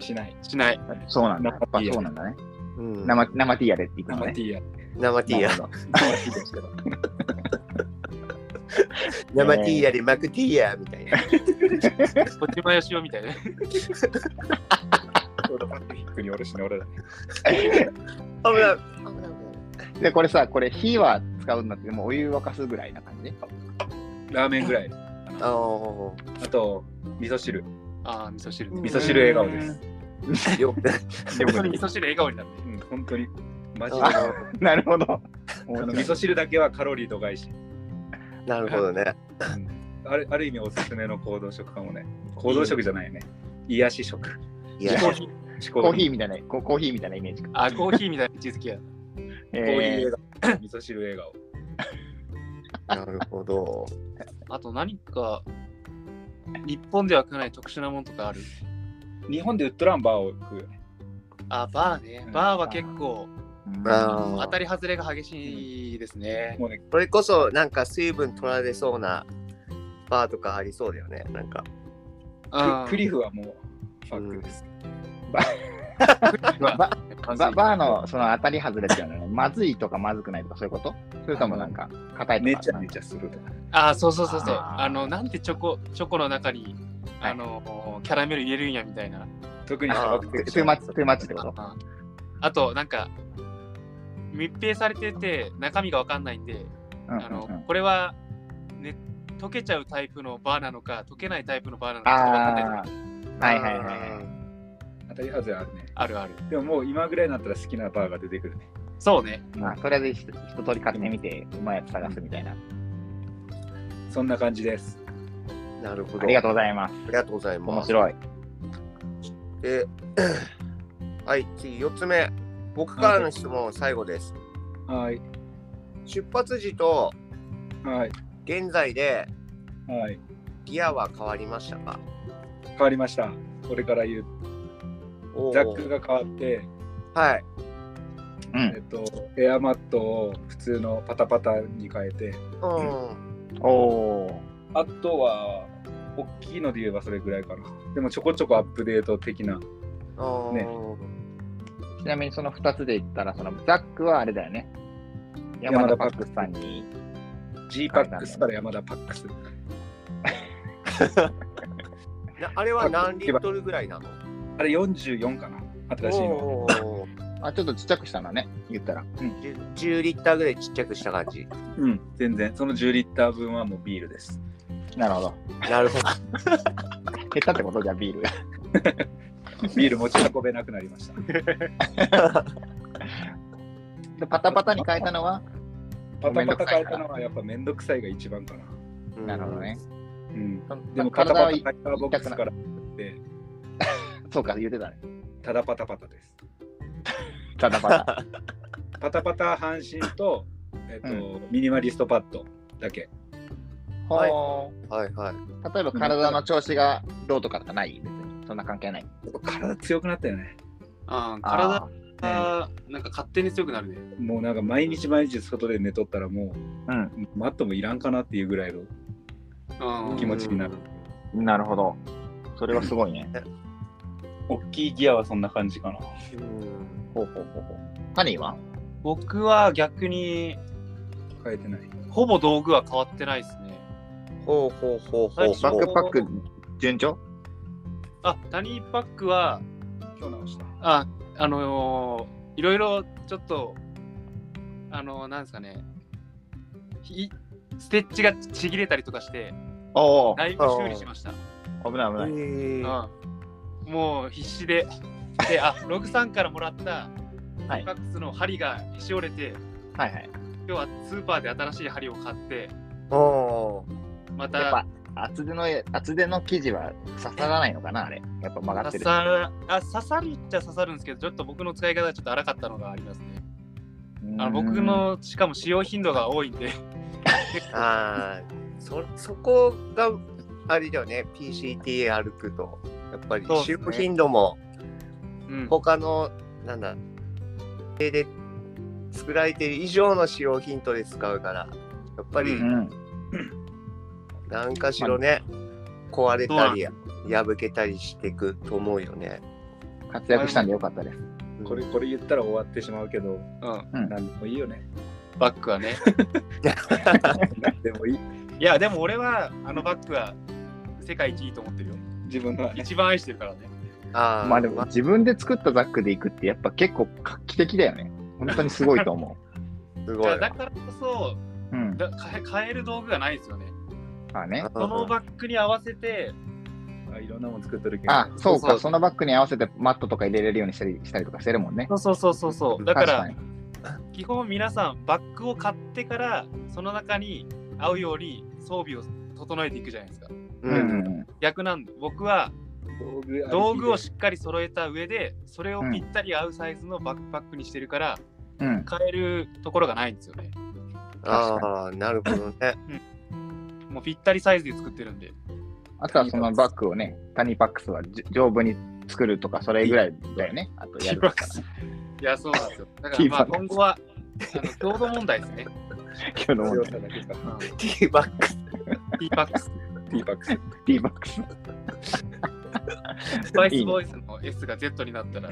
S3: しない。
S4: しない
S2: そうなんだ。やっぱ
S3: 生ティーヤ
S2: そうなんだね。
S1: うん
S2: 生生ティーヤでっていくの
S3: 生
S2: ね
S3: テ。ィーヤ。
S1: 生ティーヤ
S2: な。るほど
S3: 生ティーヤですけど。
S1: 生ティーヤで巻くティーヤみたいな。
S4: こっちまよしおみたいな
S3: ひっくりおるしね、俺ら。
S1: 危ない。
S2: で、これさ、これ火は使うんだって、もうお湯沸かすぐらいな感じ [laughs]
S3: ラーメンぐらい。
S1: あー
S3: あと、味噌汁。
S4: ああ味噌汁
S1: うん
S4: ね
S3: 味噌汁笑顔です。
S1: よくない
S4: 本当に味噌汁笑顔になるね
S3: うん、本当に。マジで。あ
S1: あ
S2: なるほ
S3: [laughs]
S2: ど。
S3: の味噌汁だけはカロリー度外視。
S1: ーなるほどね。
S3: あるある意味おすすめの行動食かもね。行動食じゃないよね。癒し食。
S1: いや、
S4: コーヒー
S3: 思考
S2: コーヒーみたいな、ココーヒーみたいなイメージか。
S4: あコーヒーみたいな位置づけや
S2: え
S3: コーヒー
S2: ー
S3: 笑顔。味噌汁笑顔。
S1: なるほど。
S4: あと何か日本では食わない特殊なものとかある
S3: 日本でウッドランバーを食うよね。
S4: あバーね
S3: うん
S4: バーは結構
S1: まあー
S4: 当たり外れが激しいですね、
S3: もうね、
S1: これこそなんか水分取られそうなバーとかありそうだよね。なんか。
S4: うん
S3: ククリフはもう、ファックです。
S2: ばばバーのその当たり外れっていうのは、まずいとかまずくないとかそういうことそれともなんか、硬いとか。
S3: めちゃめちゃするとか。
S4: あーそうそうそうそう
S2: あ
S4: あ
S2: ー
S4: のなんでチョコチョコの中に
S2: はい
S4: あのキャラメル入れるんやみたいな
S3: 特に
S1: あー
S3: 砂漠
S2: トゥ
S3: 的
S2: ーマッチ、トゥーマッチってこと
S4: ああとなんか密閉されてて中身がわかんないんで、
S2: うんうん
S4: あ
S2: う
S4: の
S2: ん
S4: これは、ね、溶けちゃうタイプのバーなのか溶けないタイプのバーなのかわかんない
S2: ああ、はいはいはいはい。
S3: 当たり外れあるね。
S4: あるある
S3: でももう今ぐらいになったら好きなバーが出てくるね。
S4: そうね
S2: まあ、とりあえず一一通り買ってみて、うまいやつ探すみたいな。
S3: そんな感じです。
S1: い。なるほど。
S2: ありがとうございます。
S1: ありがとうございます。
S2: 面白い。
S1: で [coughs] はい、次4つ目。僕からの質問、最後です。
S3: はい。
S1: 出発時と
S3: はい。
S1: 現在で
S3: はい。
S1: ギアは変わりましたか
S3: 変わりました。これから言う。
S1: おー
S3: ザックが変わって、
S1: はい。
S2: う
S3: えっ
S2: ん。
S3: と、エアマットを普通のパタパタに変えて、
S1: うん。
S2: おお
S3: あとは、大きいので言えばそれぐらいかな。でもちょこちょこアップデート的な。
S1: うん
S3: ね
S2: ー。ちなみにその2つで言ったら、そのザックはあれだよね。
S3: 山
S2: 山田
S3: 田
S2: パッ
S3: パッ
S2: ク
S3: ク
S2: ス
S3: ス
S2: さんに。
S3: G パックスから山田パックス。
S1: なあれは何リットルぐらいなの
S3: あれ44かな新しいの。
S1: おー
S2: あ、ちょっとちっちゃくしたんだね、言ったら。うん。
S1: 10 10リッターぐらいちっちゃくした感じ。
S3: うん、全然。その10リッター分はもうビール [laughs] です。
S2: なるほど。
S1: なるほど。
S2: 減ったってことじゃあビール。
S3: ビール持ち運べなくなりました。
S2: で、パタパタに変えたのは、
S3: パタパタ変えたのはやっぱめんどくさいが一番かな。
S1: うん
S2: [laughs] なるほどね。。
S3: うん。で
S2: で
S3: も
S2: も
S3: パタ
S2: 体
S3: パ
S2: は
S3: タ変えたボックスからで、
S2: そうか、言ってたね。
S3: ただパタパタです。
S2: ただ [laughs] パタ。
S3: パタパタ半身と、えっと、
S2: う
S3: ミニマリストパッドだけ。
S1: はい
S2: ほ
S1: はいはい。
S2: ー例えば体の調子がどうとかとかない別に。そんな関係ない。
S3: やっぱ体強くなったよね。
S4: あー
S2: あ
S4: 体がなんか勝手に強くなるね
S3: もうなんか毎日毎日外で寝とったらも
S2: ー。
S3: うマットもいらんかなっていうぐらいの。
S4: うん
S3: 気持ちになる
S2: うん。なるほど。それはすごいね。
S3: 大きいギアはそんな感じかな。
S1: うん
S2: ほうほうほうほう。ハニーは
S4: 僕は逆に
S3: 変えてない。
S4: ほぼ道具は変わってないですね
S1: ほうほうほうほう
S2: バ
S1: ほ
S2: ッ
S1: う
S2: クパック順調
S4: あタニーパックは
S3: 今日直した。
S4: あ、あのーいろいろちょっと、あのーなんですかね、ひステッチがちぎれたりとかして、
S2: おお
S4: だいぶ修理しました。
S2: 危ない
S1: え
S2: 危な
S1: ー
S2: い。
S4: うんもう必死で。で、あ、ログさんからもらった、
S2: はい
S4: パックスの針がしおれて、
S2: はいはい。
S4: 今日はスーパーで新しい針を買って、
S1: お
S4: ま
S2: やったぱ、厚手の、厚手の生地は刺さらないのかな、あれ。やっぱ曲がって
S4: 刺
S2: る。
S4: さるあ刺さるっちゃ刺さるんですけど、ちょっと僕の使い方がちょっと荒かったのがありますね。あの僕のしかも使用頻度が多いんで、
S1: ああそそこがあれだよね PCTA 歩くとやっぱり
S4: そうっす
S1: 使
S4: ね
S1: 用頻度も
S4: うん
S1: 他の、なんだ家で作られている以上の使用頻度で使うからやっぱ
S2: う
S1: り
S2: ん。うん
S1: 何かしらね、壊れたり破けたりしていくと思うよね。
S2: 活躍したんでよかったです。
S1: うん
S3: これ
S2: [laughs]
S3: これ言ったら終わってしまうけど、
S4: うん
S3: なんでもいいよ [laughs] ね。
S4: バッグはね。
S3: なんでもいい。
S4: いや、でも俺はあのバッグは世界一いいと思ってるよ。
S3: 自分のはね。
S4: 一番愛してるからね。
S1: あー
S2: まあでも、自分で作ったザックで行くって、やっぱ結構画期的だよね。本当にすごいと思
S1: す
S4: じ
S1: ご
S4: ゃ
S1: い
S4: あ。だからこそ
S2: う。 [laughs] うん。
S4: だ買え、買える道具がないですよね。
S2: まあね。
S4: そのバッグに合わせて、
S3: あいろんなもの作ってるけど。
S2: あ、そう
S4: そうそ
S2: か。
S4: う
S2: そのバッグに合わせてマットとか入れれるようにしたりしたりとかしてるもんね。
S4: そうそうそうそうそう。だか
S2: 確
S4: ら
S2: か、に。
S4: 基本皆さんバッグを買ってからその中に合うように装備を整えていくじゃないですか
S1: う
S2: うん
S1: ん。
S2: うん。
S4: 逆なんで僕は
S3: 道具ありきで
S4: 道具をしっかり揃えた上でそれをぴったり合うサイズのバックパックにしてるから
S2: うん。
S4: 買えるところがないんですよね
S2: 確か
S1: ああ、なるほど
S2: [laughs]
S1: ね。
S4: もうぴったりサイズで作ってるんで
S2: あとはそのバッグをね、タニパックスはじ丈夫に作るとか、それぐらいだよね。あとやるとしたらね
S4: いやそうなんですよだか
S2: キ
S4: ら
S2: ー
S4: ま
S2: パーです
S4: あ今後はあの強度問題ですね、
S2: 今日の
S3: 強
S2: 問
S3: さ
S2: 題
S3: だけか。
S4: うん、テ
S1: T バック
S4: ィーパックス
S3: ティーバックス。
S2: ティーバックス。
S4: スパイスボーイズの S が Z にな
S2: [laughs]
S4: ったら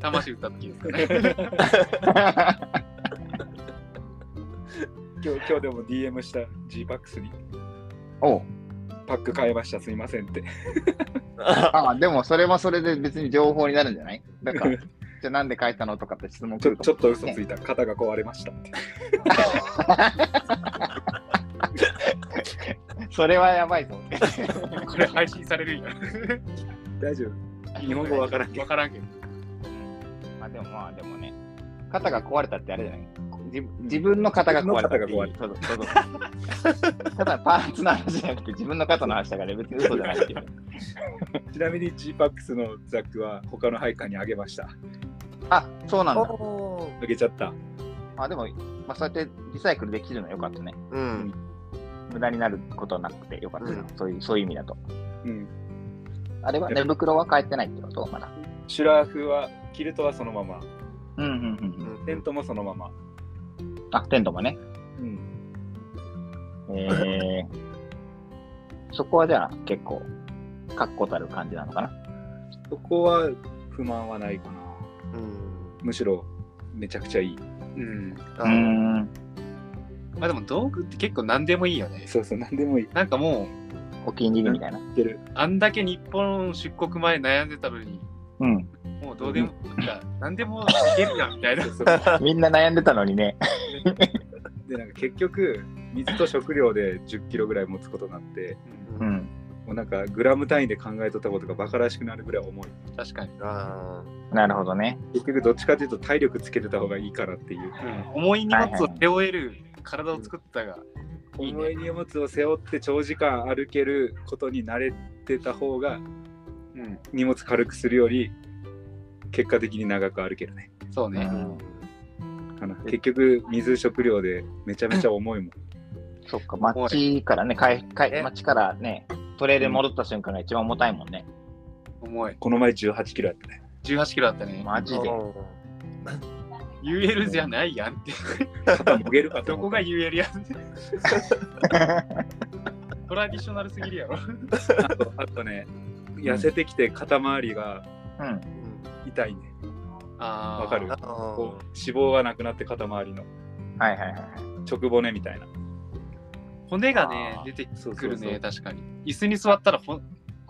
S4: 魂打った時ですかね
S3: 今日今日でも DM した G バックスに
S2: [laughs] おう
S3: パック買いましたすいませんって。
S2: あでもそれはそれで別に情報になるんじゃないだから、じゃあなんで書いたのとかって質問
S3: ち
S2: 来
S3: ょ
S2: る
S3: ちょっと嘘
S2: ね
S3: ついた、肩が壊れましたって。
S2: それはやばいと思う。
S4: これ配信されるんや
S3: 大丈夫。日本語わからんけど
S4: わからんけど
S2: まあでもまあでもね、肩が壊れたってあれじゃない自自分の肩が壊れたっていう。そうそうそうただパーツの話じゃなくて自分の肩の話だから別に嘘じゃないっていう。
S3: ちなみに G パックスのザックは他のハイカーにあげました。
S2: あそうなんだ。
S1: お
S3: あげちゃった。
S2: あでも、まあ、そうやってリサイクルできるのはよかったね。
S1: ーうん。
S2: 無駄になることなくてよかったな、
S1: うん
S2: そういう。そういう意味だと。
S3: うん。
S2: あれは寝袋は変えてないってことまだ。
S3: シュラーフは、キルトはそのまま、
S2: うんうんうん
S1: う
S2: うん。
S3: テントもそのまま。
S2: あ、テントも [laughs] ね。
S3: うん。
S2: えー、そこはじゃあ結構、確固たる感じなのかな。
S3: そこは不満はないかな。
S1: うん。
S3: むしろめちゃくちゃいい。
S4: うん
S1: あ
S2: うー
S1: ー
S2: ん。
S4: まあでも道具って結構何でもいいよね。
S3: そうそう、なんでもいい。い
S4: なんかも
S2: お気に入りみたいな。
S3: ける。
S4: う、あんだけ日本出国前悩んでたのに、
S2: うん。
S4: もうどうでも、なんか何でもいけるやんみたいな。
S3: そうそう
S2: みんな悩んでたのにね。
S3: で、なんか結局、水と食料で10キロぐらい持つことになって、
S1: う
S2: うんん。
S3: もうなんかグラム単位で考えとったことがバカらしくなるぐらい重い。
S4: 確かに、
S1: あ
S2: なるほどね。
S3: 結局どっちかというと体力つけてた方がいいからっていう。
S4: 重い荷物を背負える体を作ったが、いいね
S3: 重い荷物を背負って長時間歩けることに慣れてた方が
S4: うん、
S3: 荷物軽くするより結果的に長く歩けるね。
S4: そうね
S2: う。
S1: ー
S2: ん
S3: かな結局水食料でめちゃめちゃ重いもん。
S2: そっか、街からね、かいかい街からね、トレイで戻った瞬間が一番重たいもんね。
S4: 重い。
S3: この前18キロやったね。
S4: 18キロだったね。
S2: マジで。
S1: うん
S4: UL じゃないやんって。
S3: 肩もげるかと
S4: [laughs] ど
S3: 思
S4: こ
S3: っ
S4: が UL やんって。トラディショナルすぎるやろ。
S3: た。あとあとね、痩せてきて肩周りが
S2: うん。
S3: 痛いね。
S4: あー
S3: わかる
S1: あー
S3: こう脂肪がなくなって肩周りの
S2: はいはいはいはい。 [laughs]
S3: 直骨みたいな。
S4: 骨がね
S2: あ、ー
S4: 出てくるね
S3: そうそうそう
S4: 確かに。椅子に座ったらほ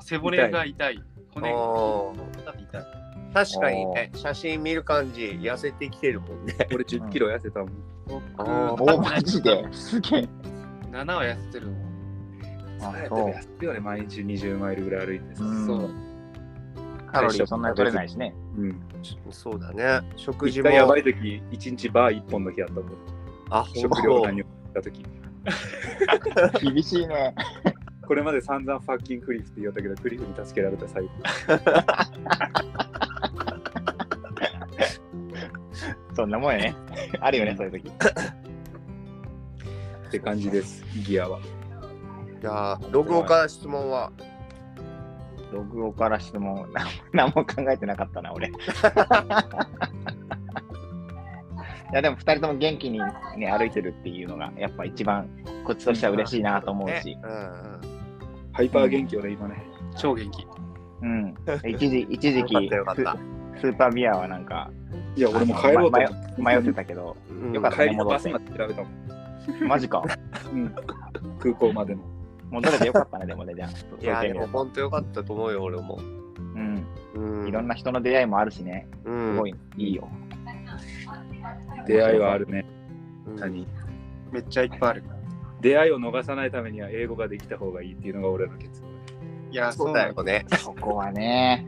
S4: 背骨が痛い。骨が
S1: お
S4: 痛い。
S1: 確かにね、写真見る感じ、痩せてきてるもんね。 [laughs]
S3: 俺10キロ痩せたもん。
S4: 僕、
S1: あー
S2: おー、マジで。すげえ。
S4: 7は痩せてるもん。
S2: あ
S3: そうやって
S2: そう
S3: 痩せるよね毎日20マイルぐらい歩いてさ
S2: うん
S4: そう。
S2: カロリーそんなに取れないしね。
S3: ううん。
S1: そうだね。食
S3: 一
S1: 事も
S3: 回。やばい時、一日バー一本の日あったもん。
S1: あ、本
S3: 食料
S1: 当
S3: が何をった時。
S2: 厳しいね。
S3: これまで散々ファッキンクリフって言おったけど、クリフに助けられた最後。
S2: そんなもんやね。あるよね、そういう時。
S3: って感じです、ギアは。
S5: じゃあ、ログオから質問は、
S2: ログオから質問、な何も考 [laughs] えてなかったな、俺。い [laughs] や、でも2人とも元気に、ね、歩いてるっていうのが、やっぱ一番、こっちとしては嬉しいなと思う
S5: ね
S2: し、
S5: うんうん、
S3: ハイパー元気よね、今ね。
S4: 超元気。
S2: うん。一時一時期
S5: よかったよかった
S2: ス、スーパービアはなんか、
S3: いや、俺も帰ろうと思っ。
S2: あのま迷ってた
S5: [laughs]
S2: けど、
S5: うん
S2: よかったた
S3: 帰
S2: ね
S3: りの
S2: 戻
S3: バ
S2: っ
S3: ス
S2: て
S3: ま。で調べたもん。
S2: マジか。
S3: うん、空港までの。
S2: 戻れてよかったね、でもね、じゃあ。
S5: いや、
S2: そういう
S5: で
S2: 点
S5: も本当よかったと思うよ、俺も。
S2: う。
S5: うんん、
S2: いろんな人の出会いもあるしね、
S5: う
S2: す
S5: ん、
S2: ごい、いいよ。
S3: 出会いはあるね。
S5: うん
S3: 何
S4: めっちゃいっぱいある。
S3: 出会いを逃さないためには英語ができた方がいいっていうのが俺の結論。
S4: いや、
S5: そ
S4: そうう
S5: だ
S4: だよ
S5: よ。ね。
S2: そこはね、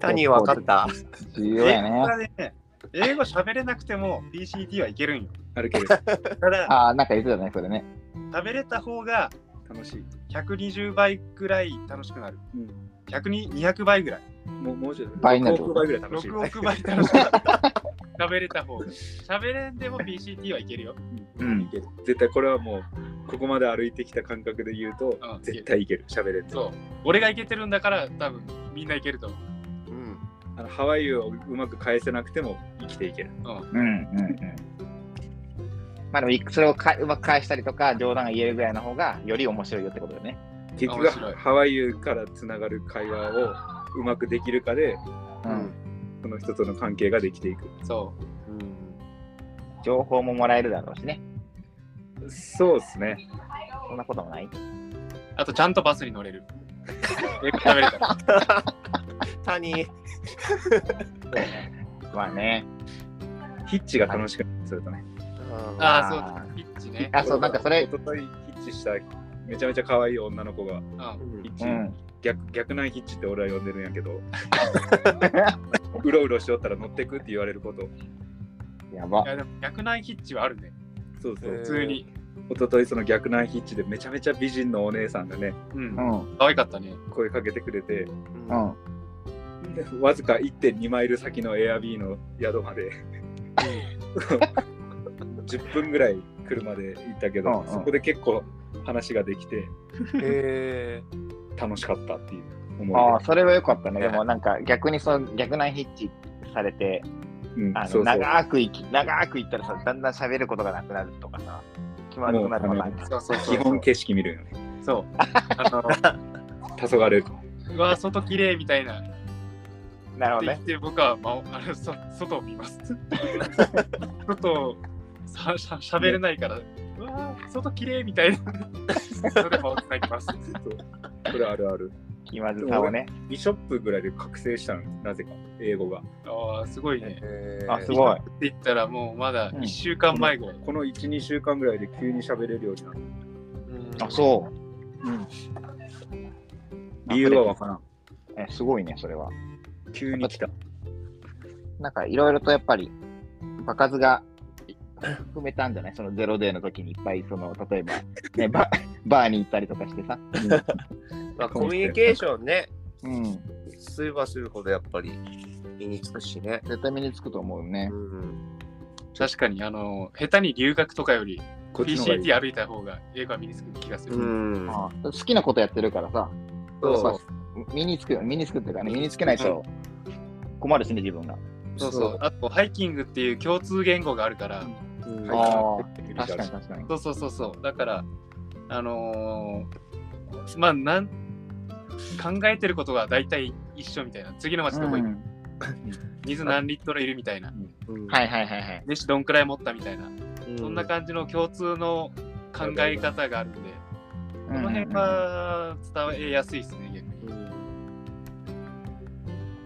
S5: 谷分かった。
S2: 重
S4: 英
S2: 要
S4: 語
S2: やね。
S4: がね、英語喋れなくても PCT はいけるんよ。
S3: あるけれど、
S4: ただ、
S2: ああ、なんか言ってたね、それね。
S4: 喋れた方が
S3: 楽しい。
S4: 120倍ぐらい楽しくなる。
S3: うん
S4: 100 200倍ぐらい。
S3: もう、もうちょっと。
S2: 倍になる
S3: 6億倍ぐらい楽しい。
S4: 6億倍楽しくな [laughs] る。喋れた方が。喋れんでも PCT はいけるよ。
S3: う
S2: うん
S3: ん、いける絶対これはもう、ここまで歩いてきた感覚で言うと、
S4: うん
S3: 絶対いける。喋れる。
S4: そう。俺がいけてるんだから、多分みんないけると思う。
S5: うん、
S3: あのハワイをうまく返せなくても生きていける。
S2: うんうんうん。まあでも、それをかうまく返したりとか、冗談が言えるぐらいの方が、より面白いよってことだよね。
S3: 結局
S4: 面白い
S3: ハワイユからつながる会話をうまくできるかで、
S2: う。
S5: うんん、
S3: その人との関係ができていく。
S4: そ
S2: 情報ももらえるだろうしね。
S3: そうですね。
S2: そんなこともない。
S4: う。あと、ちゃんとバスに乗れる。英語喋れたら。
S5: 谷、
S2: まあね。
S3: ヒッチが楽しくなるそれとね。
S5: あ
S4: ああ、そうだ。ピッチね。
S2: あ、そう、なんかそれ
S3: 一、昨日ヒッチしためちゃめちゃ可愛い女の子が
S4: うん
S3: ヒッチ、
S2: うん。
S3: 逆逆ナンヒッチって俺は呼んでるんやけ
S2: [laughs]
S3: ど、うろうろしよったら乗ってくって言われること。
S2: やば
S4: い。や、でも逆内ヒッチはあるね。
S3: そうそう。
S5: へー
S4: 普通に。
S3: 一昨日その逆ナンヒッチでめちゃめちゃ美人のお姉さんがね、
S4: う。
S2: うんん。うん。
S4: 可愛かったね。
S3: 声かけてくれて、
S2: うん。
S3: でわずか1.2マイル先のエアビーの宿まで [laughs] 10分ぐらい車で行ったけど、
S2: うんうん
S3: そこで結構話ができて
S5: へえ
S3: 楽しかったっていう
S2: あ
S3: 思
S2: あ、それは良かったね。でもなんか逆にその逆なヒッチされて、
S3: いで、うん
S2: あ
S3: そ
S2: の
S3: うそう
S2: 長く行き、長く行ったらさ、だんだん喋ることがなくなるとかさ、気まずくなるとかなんか
S4: そうそうそう。
S3: 基本景色見るよね
S4: そう。あの、
S3: 黄昏
S4: うわ、外綺麗みたいな。って
S2: なるほど
S4: 言
S2: ね
S4: っ。て、僕は、まあ、あのそ外を見ます。外をさしゃしゃべれないから、うわ、外綺麗みたいな。それもなります。
S3: そうこれあるある
S2: 気まずさをね。
S3: ビショップぐらいで覚醒したのなぜか英語が
S4: ああ、すごいね。
S5: ー。
S2: あ、すごい。
S4: って言ったら、もうまだ1週間前ぐらい。
S3: この12週間ぐらいで急に喋れるようになる
S5: うん
S2: あ、そう。
S3: 理由はわからん
S2: え、すごいね、それは。
S3: 急に来た
S2: なんかいろいろとやっぱり、場数がい含めたんじゃないそのゼロデーの時にいっぱい、その、例えば、 [laughs] ね、ババーに行ったりとかしてさ。
S5: まあ、コミュニケーションね、
S2: うん。
S5: すればするほどやっぱり身につくしね。
S2: 絶対身につくと思うね
S5: う。ん。
S4: 確かに、あの、下手に留学とかより、
S3: こっちの方がいい
S4: PCT 歩いた方が英語は身につく気がする。
S5: うん。
S2: あ好きなことやってるからさ、ま
S5: そ
S2: あ身につくよ、身につくっていうかね、身につけないと困るしね、自分が。
S4: そうそう。あと、ハイキングっていう共通言語があるから、
S5: う。うん
S2: あー
S3: はい
S2: 確かに確かに。
S4: そうそうそうそう。だから、あのーまあ、なん、考えてることが大体一緒みたいな。次の町どこ行く、
S2: うん
S4: 水何リットルいるみたいな。
S2: はいはいはいはい。
S4: 飯どんくらい持ったみたいな。
S5: うん
S4: そんな感じの共通の考え方があるんで、
S2: こ
S4: この辺は伝えやすいですね、逆に。
S5: うん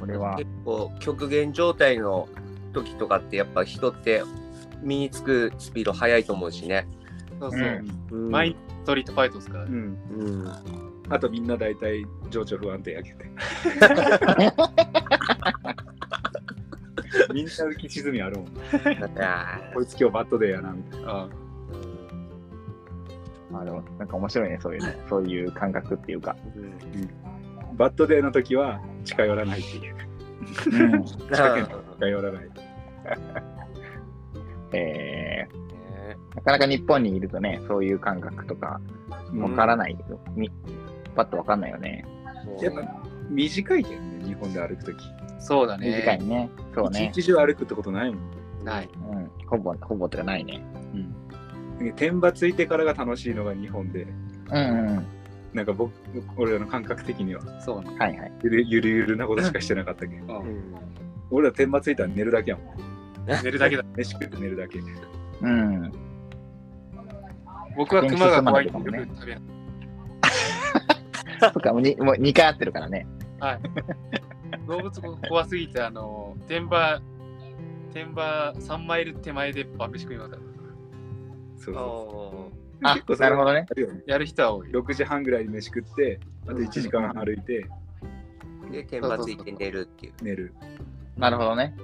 S2: これは、
S5: 結構極限状態の時とかってやっぱ人って身につくスピード速いと思うしね。
S4: そうそう。
S2: うん
S5: うん
S4: マインドストリートファイトですから、
S3: う
S4: ね。
S3: ん
S5: うん。
S3: あとみんな大体情緒不安定やけどねみんな浮き沈みあるもん。
S5: あ
S3: こいつ今日バットデーやな、みたいな。
S2: あでもなんか面白いね、そういうね、そういう感覚っていうか。
S3: バットデーの時は近寄らないっていう。
S2: うん、
S3: 近くに近寄らない。
S2: [laughs] えー、なかなか日本にいるとね、そういう感覚とか、わからないけど、みパッとわかんないよね。
S3: やっぱ短いけどね、日本で歩く時。
S4: そうだね。
S2: 短いね。そうね。
S3: 一日中歩くってことないもん。
S4: な
S2: う
S4: い。
S2: ん。ほぼ、ほぼとかないね。
S3: 天罰ついてからが楽しいのが日本で、
S2: うんうん。
S3: なんか僕、俺らの感覚的には、
S4: そうなの。
S2: はいはい。
S3: ゆるゆるゆるなことしかしてなかったけど、俺ら天罰ついたら寝るだけやもん。
S4: 寝るだけだ。
S3: 飯食って寝るだけ。
S2: うん。
S4: 僕は熊が怖いってよく食べない。
S2: そっか、もうにもう2回会ってるからね。
S4: [laughs] 動物怖すぎて、あの、天場、天場3マイル手前で爆食いますから。
S3: そうそ
S2: あ
S3: 結構、それ
S2: [laughs] なるほどね。
S3: う。あるよね。
S4: やる人は多い。
S3: 6時半ぐらいに飯食って、あと1時間歩いて
S5: で、天罰ついて寝るっていう。
S3: 寝る。
S2: なるほどね。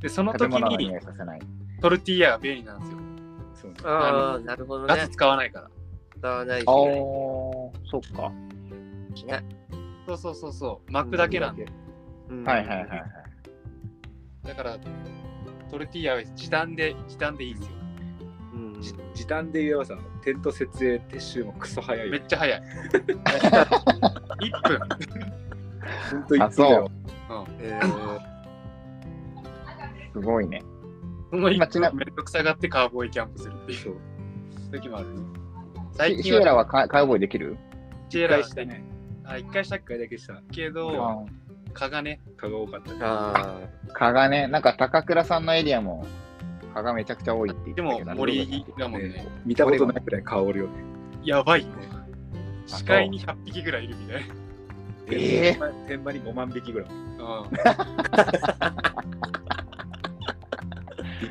S4: で、その
S2: 食
S4: 時
S2: べ物の
S4: に
S2: 匂いさせない。
S4: トルティーヤが便利なんですよ。
S3: そうね
S5: ああ、なるほど
S4: ガ
S5: ね
S4: ス。使わないから。
S5: 使わないし、ね。
S2: おー、そっか。
S4: そうそうそうそう。巻くだけなんで。
S5: うん
S2: はいはいはいはい。
S4: だから、トルティーヤは時短で、時短でいいんですよ。
S5: うん
S3: じ時短で言えばさ、テント設営撤収もクソ早い
S4: め
S3: よ。
S4: っち
S2: [laughs]
S4: ゃ早い。1分。
S3: ほんと1分だよ。
S5: えー
S2: すごいね。
S4: その
S2: まあ
S4: 1
S2: ちな
S4: 分めんどくさがってカーボーイキャンプするっていう
S3: そう。
S4: 時もあるね。
S2: シ
S4: 最
S2: シ
S4: 近
S2: エ
S4: は
S2: ラはカカウボーイできる
S4: シエ
S3: 一
S4: ラ
S3: 回
S4: は
S3: したね。
S4: あ一回した
S3: 一回だけした。
S4: けど、
S2: あ
S4: 蚊がね、
S3: 蚊が多かった。
S5: あ
S2: ー蚊がね、なんか高倉さんのエリアも蚊がめちゃくちゃ多いって言って
S4: で
S2: たけど
S4: も森だもん
S3: ね
S4: ね。
S3: 見たことないくらい香るよね。
S4: やばい。
S2: そう
S4: 視界に100匹ぐらいいるみたい
S2: ええ
S3: ー、天場に5万匹ぐらい。
S4: な。うん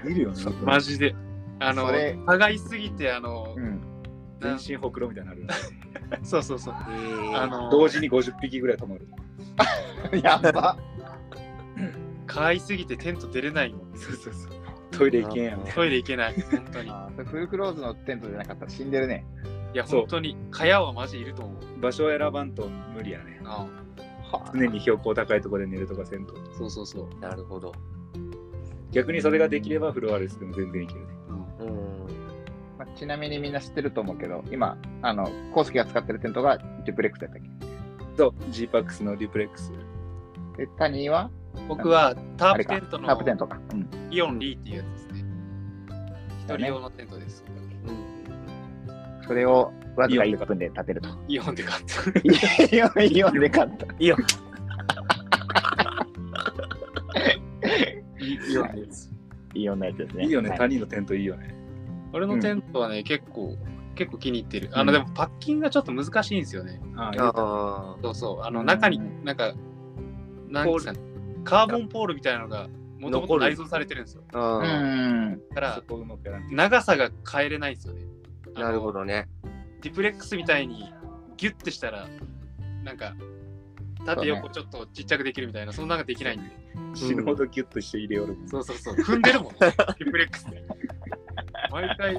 S3: ビビるよね。
S4: マジで。あの
S2: それ、
S4: 蚊がいすぎて、あの
S2: う、ん。
S3: 全身ほくろみたいになるよね。
S4: そうそうそう。
S5: ーえー
S4: あの、
S3: 同時に50匹ぐらい止まる。
S2: [laughs] やば。
S4: 蚊がいすぎてテント出れないもん。
S3: そうそうそう。トイレ行けんやん。
S4: トイレ行けない。本
S2: [laughs]
S4: 当に。い
S2: あーそれフルクローズのテントじゃなかったら死んでるね。
S4: や、
S3: そう
S4: 本当に、蚊帳はマジいると思う。
S3: 場所を選ばんと無理やね。
S4: うん
S2: は
S3: 常に標高高いところで寝るとかせんと。
S4: そうそうそう。
S5: なるほど。
S3: 逆にそれができればフロアレスでも全然いけるね。
S4: うん
S5: うん。
S2: まあ、ちなみにみんな知ってると思うけど、今、あの、コウスケが使ってるテントがデュプレックスだったっ
S3: そう、g パックスのデュプレックス。
S2: けで、タニーは
S4: 僕はタ
S2: あ
S4: ー
S2: れ
S4: プ
S2: か
S4: テント
S2: タープテン
S4: の
S2: トか。うん。
S4: イオンリーっていうやつですね。一人用のテントです。
S2: それをわずか1分で立てると。 [laughs]
S4: イオンで買った。
S2: イオンイオンで買った。
S4: イオンです。
S2: イオンのやつですね。
S3: いいよね、
S2: はい
S3: 他人のテントいいよね。
S4: 俺のテントはね、結構、結構気に入ってる。あの、
S3: うん
S4: でもパッキングがちょっと難しいんですよね。
S3: ああ、
S5: あ
S4: そうそう。あ
S2: う
S4: の、
S2: ん
S4: 中に、なんか、なんですかね、カーボンポールみたいなのが、もともと
S5: 残る
S4: 内蔵されてるんですよ。
S5: あ。
S2: う
S5: うん
S2: ん。
S4: だから
S3: そ、こうまくやらん。
S4: 長さが変えれないんですよね。あの
S5: なるほ。どね。
S4: ディプレックスみたいに、ギュッてしたら、なんか、縦横ちょっとちっちゃくできるみたいな、そんなのができないんで。
S3: 死ぬほどギュッとして入れよる。
S4: そうそうそう、踏んでる [laughs] もん、ね、ディプレックスで。毎回、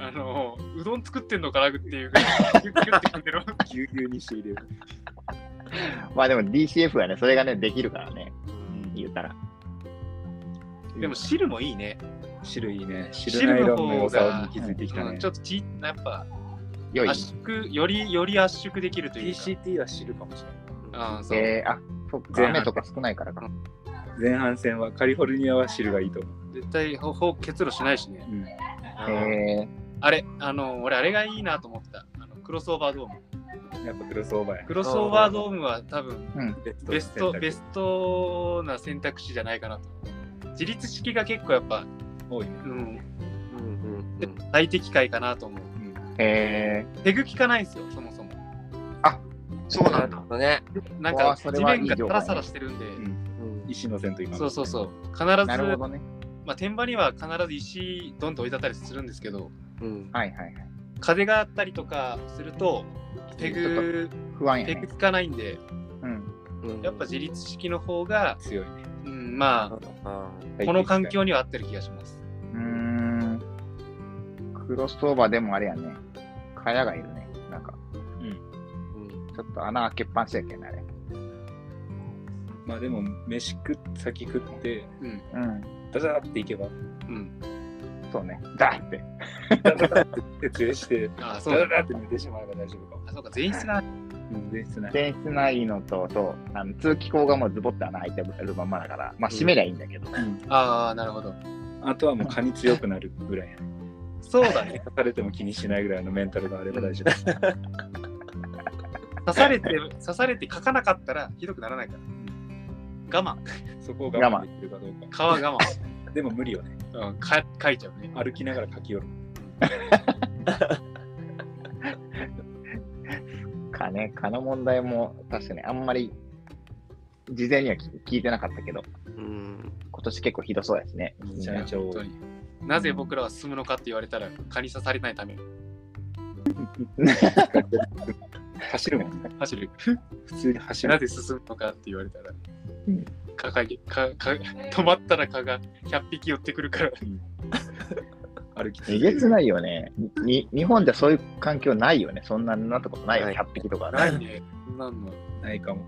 S4: あの、うどん作ってんのかなっていうぐらい、ギュッギュッて踏んでる。
S3: ぎゅうぎゅうにして入れる。
S2: まあでも DCF はね、それがね、できるからね、言ったら。
S4: でも汁もいいね。
S3: 汁いいね。汁ナイ
S4: 汁
S3: ロ
S4: の
S3: ンの
S4: 方
S3: 良さ
S4: が
S3: に、気づいてきた
S4: う
S3: ね
S4: んち。ょっとちやっぱ
S2: 良い。
S4: 圧縮よりより圧縮できるというか。
S3: PCT は汁かもしれない。
S4: あーそう
S2: えー、あ、そっか、
S3: 前半
S2: 雨とか少ないからか。
S3: 前半戦はカリフォルニアは汁がいいと思う。
S4: 絶対ほほ結露しないしね。
S2: え
S4: あれあの俺あれがいいなと思った。あのクロスオーバードーム。
S3: やっぱクロスオーバーや。
S4: クロスオーバードームは多分ベストベ
S3: ス
S4: ストな選択肢じゃないかなと。自立式が結構やっぱ、
S3: ト多いね。
S4: うん、
S5: うんうんうん
S4: 最適解かなと思う。
S2: ー、えー、
S4: 手ぐきかないんですよそもそも。
S2: そう
S5: な
S2: な
S5: る
S2: んだ。
S5: ほどね。
S4: なん
S2: う
S4: か
S2: わそれ
S4: 地
S2: はいい
S4: 面がサラサラしてるんで。
S3: ん
S5: うん
S3: 石の線というかん。
S4: そうそうそう。必ず
S2: なるほどね。
S4: まあ、天場には必ず石どんどん置いてあったりするんですけど
S5: うん。
S2: はいはいはい。
S4: 風があったりとかするとペグ
S2: 不安や
S4: ペグ
S2: ね。
S4: 効かないんで
S2: うん。
S5: うん
S4: やっぱ自立式の方が、
S3: 強いね。
S4: うん、まあ、この環境には合ってる気がします。
S2: うーん。クロスオーバーでもあれやね。蚊帳がいるね。なんか、
S4: うん
S2: ちょっと穴開けっぱなしやっけんね、あれ。
S3: まあでも飯食って先食って
S4: うん
S2: うん。
S3: ダダーっていけば
S4: うん、
S2: そうね。ダーって。
S3: ダダーって徹底して
S4: ああ、そ
S3: ダ
S4: う
S3: ダダ
S4: だ。
S3: ーって寝てしまえば大丈夫かも
S4: あそうか、前室が、
S3: うん全室ない
S2: 電室ないのと、そう、あの通気口がもうズボッと穴開いてるまんまだから、まあ閉めりゃいいんだけど。
S4: ああ、なるほど。
S3: あとはもう蚊に強くなるぐらい
S4: そう
S3: [laughs]
S4: だね。
S3: 刺されても気にしないぐらいのメンタルがあれば大丈夫
S4: 刺されて、刺されて書かなかったらひどくならないから。我慢。
S3: そこを我慢できるかどう
S4: 皮我
S3: [laughs]
S4: 慢。
S3: かでも無理よね
S4: うん、か書いちゃうね。
S3: 歩きながら書き寄る
S2: 蚊ね、蚊の問題も確かにあんまり事前には聞聞いてなかったけど、
S1: うん
S2: 今年結構ひどそうですね。
S3: めちゃめちゃ
S4: 本
S3: 多
S4: 当
S3: い
S4: に。なぜ僕らは進むのかって言われたら、蚊に刺されないため、
S3: 走るもんね
S4: 走る。
S3: 普通に走
S4: [laughs] な
S3: る
S4: ぜ進むのかって言われたら
S2: うん、
S4: 蚊が蚊蚊止まったら蚊が100匹寄ってくるから。
S3: 歩き
S2: え
S3: 続け
S2: げ
S3: る
S2: つないよねに。日本じゃそういう環境ないよね。そんななったことないよ、
S1: ない
S2: 100匹とか。
S4: ないね。そんなんの。
S3: ないかも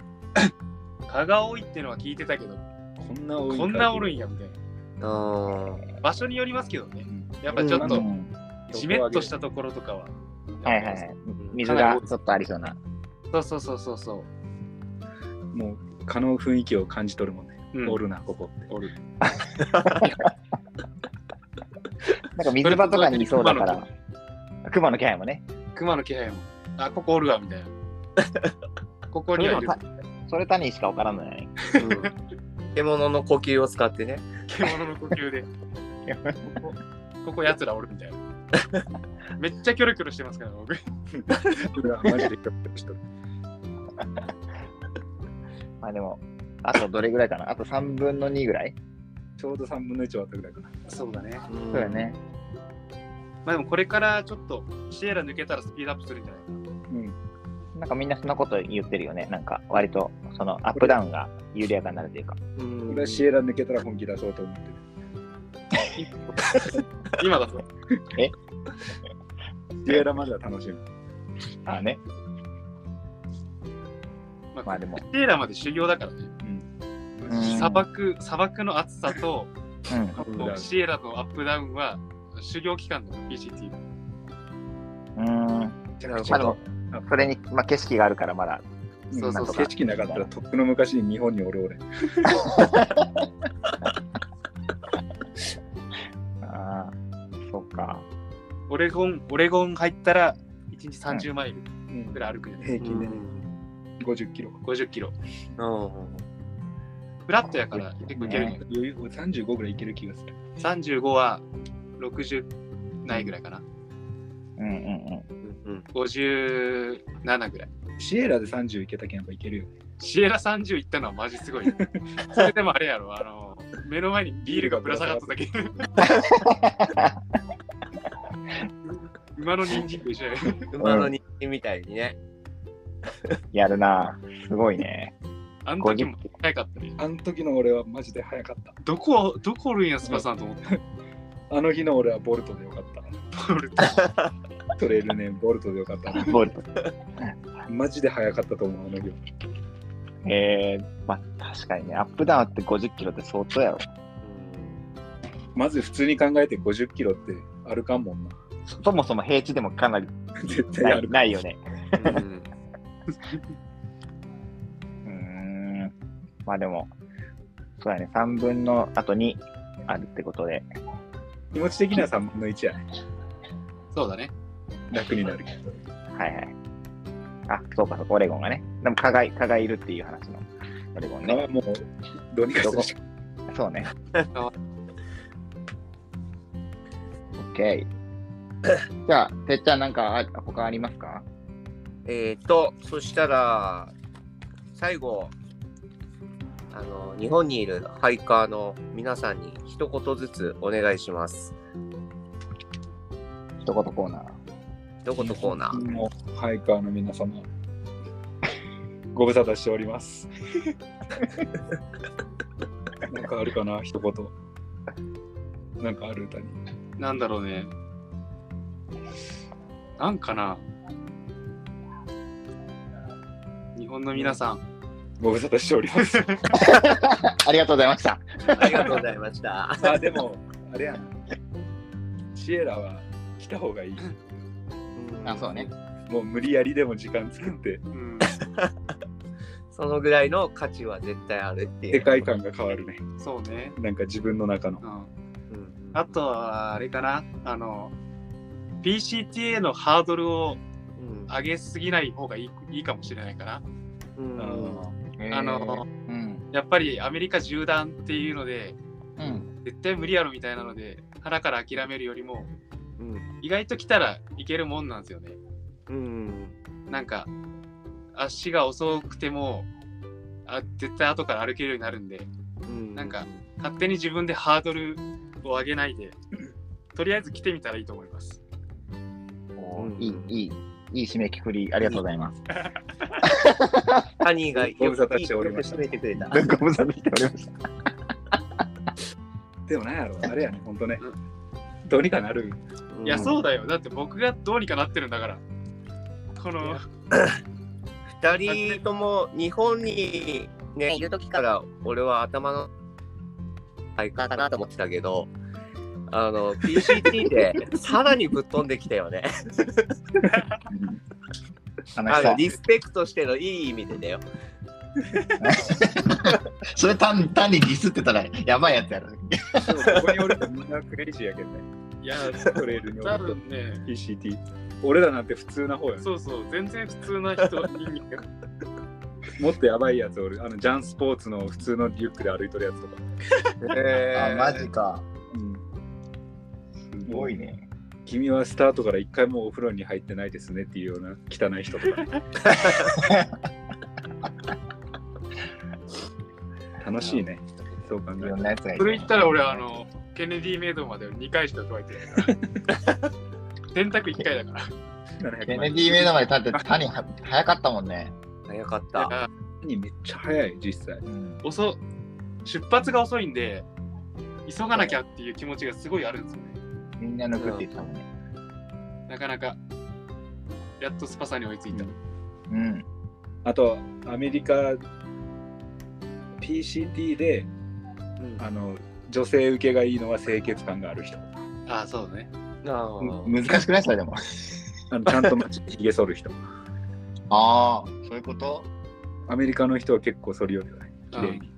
S4: 蚊が多いってのは聞いてたけど、
S3: こんな多い
S4: こんなおるんやみたい
S1: あー
S4: な。場所によりますけどね。やっぱ
S2: うん
S4: ちょっ
S2: う
S4: と、
S2: ん
S4: じめっとしたところとかは。
S2: はいはいはい。水
S4: かなり
S2: が
S4: 多い
S2: ちょっとありそうな。
S4: そうそうそうそうそう。
S3: もう蚊の雰囲気を感じ取るもんね
S4: うん
S3: おるなここって
S4: おる。
S2: なんか水場とかにいそうだから、熊の気配もね。
S4: 熊の気配も。あ、ここおるわ、みたいな。ここ
S2: そ
S4: に
S2: れ
S4: は
S2: も
S4: いる。
S2: たそれ単にしか分からんのよね。 [laughs]
S5: うん獣の呼吸を使ってね。
S4: 獣の呼吸で。ここ、ここやつらおるみたいな。めっちゃキョロキョロしてますから、僕。
S3: うわマ [laughs] ジでキョロキョロしとる
S2: まあでも、あとどれぐらいかなあと3分の2ぐらい、
S3: ちょうど3分の1終わったぐらいかな
S4: そうだね。ま
S1: うん
S2: そうだね。
S4: あでもこれからちょっと、シエラ抜けたらスピードアップするんじゃないかな。
S3: うん
S2: なんかみんなそんなこと言ってるよね。なんか割とそのアップダウンが緩やかになるというか。
S1: うん
S3: 俺はシエラ抜けたら本気出そうと思ってる
S4: 今だぞ。
S3: シエラまでは楽しみ
S2: ああね。
S4: まあ、
S2: まあでも。
S4: シエラまで修行だからね。
S2: うん
S4: 砂漠、砂漠の暑さと、
S2: うん。
S3: ップダウン
S4: シエラのアップダウンは、修行期間の PCT。
S2: うーん。
S5: なる
S2: ま
S5: ほ
S2: あ
S5: ど
S2: でも。、それに、まあ、景色があるからまだ。
S4: そうそうそう
S3: 景色なかったらとっくの昔に日本におる俺
S2: ああ、そうか。
S4: オレゴン、オレゴン入ったら、1日30マイル
S3: うん
S4: ぐらい歩くじゃない、
S3: 平
S1: う
S3: 均でね
S1: ん
S3: 50キロ
S4: 50キロ。
S1: うん
S4: フラットやから結構いけるんや
S2: ね
S3: 余裕俺35ぐらいいける気がする
S4: 35は60ないぐらいかな。
S2: うんうんうん。
S1: うん
S4: 57ぐらい。
S3: シエラで30いけたけんやっぱいけるよね
S4: シエラ30行ったのはマジすごい。それでもあれやろ、あの、目の前にビールがぶら下がっただけ。馬の人参と一緒やね。
S5: 馬の人間みたいにね。
S2: やるな。すごいね。
S4: あの時
S2: 50
S4: も早かったね。
S3: あの時の俺はマジで早かった
S4: どこ、どこおるんや、スパさんと思って。
S3: あの日の俺はボルトでよかっ
S4: ボルト
S3: たトレイルねボルトでよかった
S2: ボルト。
S3: マジで早かったと思うあの日は
S2: えー、まあ確かにね、アップダウンって50キロって相当やろ。
S3: まず普通に考えて50キロって歩かんもんな [laughs]
S2: そもそも平地でもかなり
S3: 絶対
S2: ない
S3: 歩かん
S2: ないよね。 [laughs]
S1: うん
S2: うーん。まあでも、そうやね、3分のあと2あるってことで。
S3: 気持ち的には3分の1やね
S4: そうだね。
S3: 楽になるけど
S2: はいはい。あ、そうか、そうか、オレゴンがね。でも、蚊が蚊がいるっていう話のオレゴン
S3: ま
S2: ね。
S3: あもうどうにかするしか
S2: そう
S3: [laughs]
S2: ね。OK。じゃあ、てっちゃん、なんかあ他ありますか
S5: えっと、そしたら、最後、あの、日本にいるハイカーの皆さんに一言ずつお願いします。
S2: 一言コーナー。
S5: 一言コーナー。
S3: もうハイカーの皆様 [laughs] ご無沙汰しております [laughs] なんかあるかな、一言。なんかある歌に。
S4: なんだろうね。なんかな。日本の皆さん、
S3: ご無沙汰しております。
S2: ありがとうございました。
S1: [laughs] ありがとうございました。
S3: [laughs] まあでも、あれやん。シエラは来た方がいい。
S2: あ、そうね。
S3: もう無理やりでも時間作って、
S4: うん、
S1: そのぐらいの価値は絶対あるっていう。
S3: 世界観が変わるね。
S4: そうね。
S3: なんか自分の中の。
S4: うん
S1: うん。
S4: あとは、あれかな。あの、PCTA のハードル
S1: う
S4: を
S1: ん
S4: 上げすぎない方がいいいいかもしれないかな。
S1: うん
S4: あの、
S2: うん。
S4: やっぱりアメリカ縦断っていうので、
S2: うん。
S4: 絶対無理やろみたいなので、腹から諦めるよりも、
S1: うん
S4: 意外と来たらいけるもんなんですよね。
S1: うん
S4: なんか、足が遅くても、あ絶対後から歩けるようになるんで、
S1: うん
S4: なんか勝手に自分でハードルを上げないで、とりあえず来てみたらいいと思います。
S2: いい、いい、いい締めくくり、ありがとうございます。
S1: ハニーがよ
S3: ご無沙
S1: く
S3: 汰しておりました
S1: よく締めてくれ [laughs] た。
S2: ご無沙汰しておりました。
S3: でもなんやろ、あれやね、ほんとね。どうにかなる。
S4: いや、そう
S1: だ。
S4: だよ。だって僕がどうにかなってるんだから。この、
S1: 二人とも日本にね、いる時から俺は頭の相方かなと思ってたけど、あの、PCT でさらにぶっ飛んできたよね。
S2: 話
S1: あ
S2: した
S1: のリスペクトしてのいい意味でだよ。
S2: それ単単にディスってたらやばいやつやろ。
S3: でもここにおるとみんなクレイジーやけどね。
S4: いや、 [laughs]
S3: トレールにおる
S4: 多
S3: と
S4: 分ね、
S3: PCT。俺らなんて普通な方やね。
S4: そうそう、全然普通な [laughs] 人に、
S3: もっとやばいやつおる。あの、ジャンスポーツの普通のリュックで歩いとるやつとか。
S2: あ、マジか。
S3: うん。
S2: すごいね。
S3: 君はスタートから一回もお風呂に入ってないですねっていうような汚い人と
S2: [laughs]
S3: か、ね、楽しいねそう考え
S2: い
S3: る
S2: ろんなやつがいる
S4: それ言ったら俺、あ、の、ケネディメイドまで2回しか加えてないから。選択1回だから。
S2: ケ
S3: と700
S2: ネ
S3: 万
S2: ディメイドまで立ってて、谷は早かったもんね。
S1: 早かった。
S3: にめっちゃ早い実際
S2: うん。
S4: 遅出発が遅いんで急がなきゃっていう気持ちがすごいあるんですよね
S2: みんな抜くって言ってたもんね。
S4: なかなかやっとスパさんに追いついた、
S2: うん。
S3: あとアメリカ PCT で
S1: うん
S3: あの女性受けがいいのは清潔感がある人
S4: ああそうね
S1: あー
S2: む難しくないそれでも。
S3: あのちゃんと街にひげ剃る人
S2: ああ、そういうこと
S3: アメリカの人は結構剃るよね綺麗に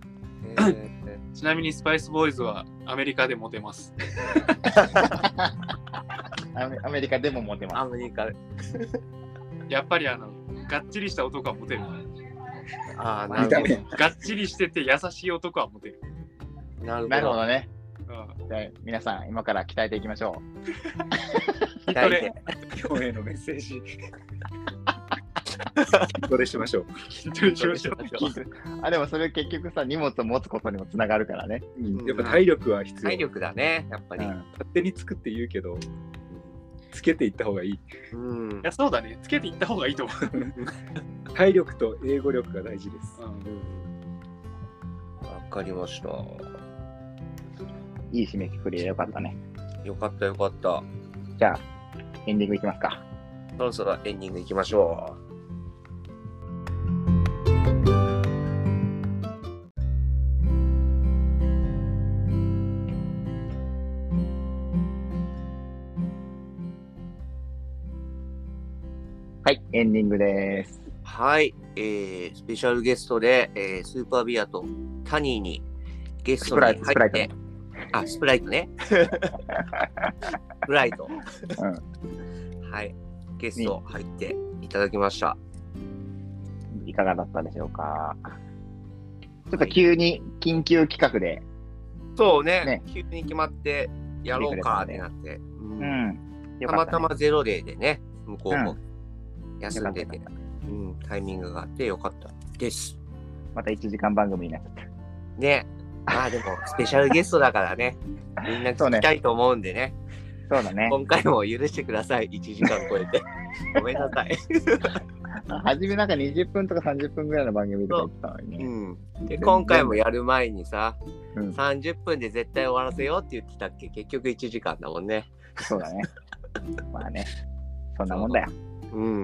S1: えー
S4: ちなみにスパイスボーイズはアメリカでモテます
S2: アメアメリカでもモテま
S1: アメリカ、
S4: やっぱりあのがっちりした男はモテる
S1: ああ、
S3: 見た
S1: なる
S3: 目
S4: がっちりしてて優しい男はモテる、
S1: ほど。な
S2: す。な
S1: る
S2: る
S1: ほ
S2: ほ
S1: ど。
S2: どね。
S4: う
S2: じゃあ皆さん、今から鍛えていきましょ
S4: ん、筋
S1: 大
S4: ト
S1: 変
S4: レ
S3: 今日へのメッセージ [laughs] どれしましょう
S4: 筋トレしましょう
S2: う。あ、でもそれ結局さ、荷物を持つことにもつながるからね。
S1: うん
S3: やっぱ体力は必要
S1: 体力だね、やっぱり。
S3: 勝手につくって言うけどつけていった方がいい
S1: うん
S4: いやそうだねつけていった方がいいと思
S3: 体力と英語力が大事です
S4: う、うん
S1: わかりました。
S2: いい締めくくりでよかったね。
S1: よかったよかった。
S2: じゃあ、エンディングいきますか。
S1: そろそろエンディングいきましょ
S2: はい、エンディングです。
S1: う。はい、えー、スペシャルゲストで、えー、スーパービアとタニーにゲストに入って
S2: スプライトスプライト
S1: あ、スプライト [laughs] ね。スプライト。はい、ゲスト入っていただきました。
S2: いかがだったでしょうか。ちょっと急に緊急企画で、
S1: そうね
S2: ね
S1: 急に決まってやろうかってなって。
S2: う
S1: うん
S2: ん、
S1: た
S2: よか
S1: ま
S2: った
S1: た
S2: ね、
S1: まゼロデーでね、向こうも休んで
S2: よ
S1: て
S2: か、
S1: うん、タイミングがあってよかったです。
S2: また1時間番組になっちゃった。
S1: ね。まあでも、スペシャルゲストだから
S2: [laughs]
S1: ね、みんな聞きたいと思うんでね、
S2: そうだね。 [laughs]
S1: 今回も許してください、1時間超えて。ごめんなさい。
S2: 初めなんか20分とか30分ぐらいの番組とか言ってたのに
S1: う
S2: ね。
S1: ん、で今回もやる前にさ、
S2: うん
S1: 30分で絶対終わらせようって言ってたっけ結局1時間だもんね。
S2: そ
S1: [laughs]
S2: うだね。まあね。そんなもんだよ。
S1: うん、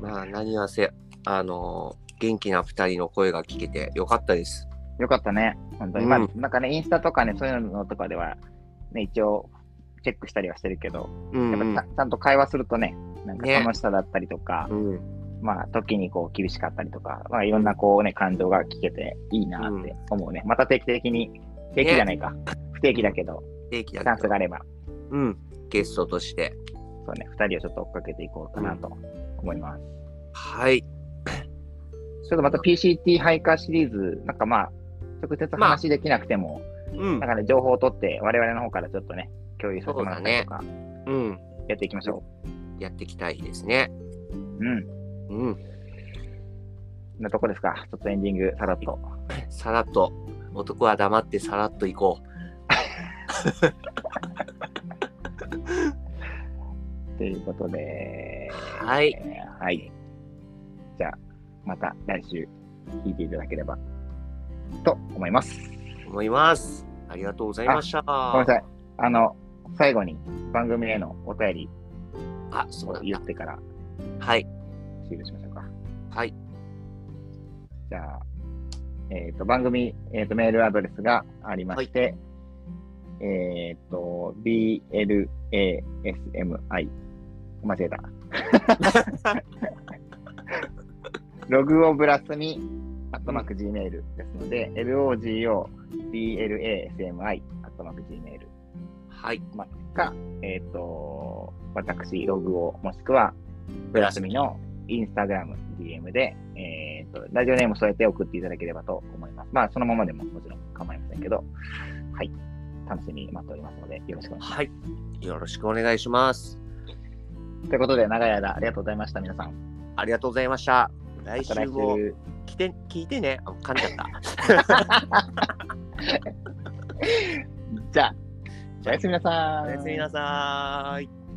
S1: まあ何はせあのー元気な2人の声が聞けてよかったです。
S2: よかったね。本当に。
S1: うん
S2: まあ、なんかね、インスタとかね、そういうのとかでは、ね、一応、チェックしたりはしてるけど、
S1: うん
S2: やっぱちゃんちゃんと会話するとね、なんか
S1: ね
S2: 楽しさだったりとか、
S1: うん
S2: まあ、時にこう、厳しかったりとか、まあ、いろんなこうね、感情が聞けていいなって思うね。また定期的に、定期じゃないか。不定期だけど、
S1: 定期
S2: チ
S1: だ
S2: ャン
S1: け
S2: ス
S1: ど
S2: があれば、
S1: うん、ゲストとして。
S2: そうね、二人をちょっと追っかけていこうかなと思います。
S1: はい。
S2: ちょっとまた PCT ハイカーシリーズ、なんかまあ、直接話できなくても、
S1: うん
S2: なん、かね、情報を取って、我々の方からちょっとね、共有させてもらったりとか、
S1: うん、
S2: やっていきましょ
S1: やっていきたいですね。
S2: う。うん。
S1: うん、
S2: そんなとこですか。ちょっとエンディング、さらっと。
S1: さらっと、男は黙ってさらっと行こう。
S2: ということで、
S1: はい
S2: えーはい。じゃあ、また来週、聞いていただければ、と思います。
S1: 思います。ありがとうございました。
S2: ごめんなさい。あの、最後に番組へのお便り
S1: あ、そう
S2: を
S1: だ
S2: 言
S1: っ
S2: ってから
S1: た。はい。
S2: 終了しましょうか。
S1: はい。
S2: じゃあ、えっ、と、番組、えっ、と、メールアドレスがありまして、えっ、と、blasmi、間違えた。
S1: [laughs]
S2: ログオブラスミ、アットマーク Gmail ですので、logo, blasmi、アットマーク Gmail
S1: はい。
S2: か、えっ、と、私、ログを、もしくは、ブラスミのインスタグラム、DM で、えっ、と、ラジオネーム添えて送っていただければと思います。まあ、そのままでももちろん構いませんけど、はい。楽しみに待っておりますので、よろしくお願いしま
S1: はい。よろしくお願いします。
S2: す。ということで、長い間ありがとうございました、皆さん。
S1: ありがとうございました。来
S2: また
S1: 週
S2: 来
S1: も
S2: 週。
S1: 来て聞いてね。あ噛んじゃった。
S2: じゃあ、おやすみなさー
S1: お
S2: い。
S1: やすみなさーい。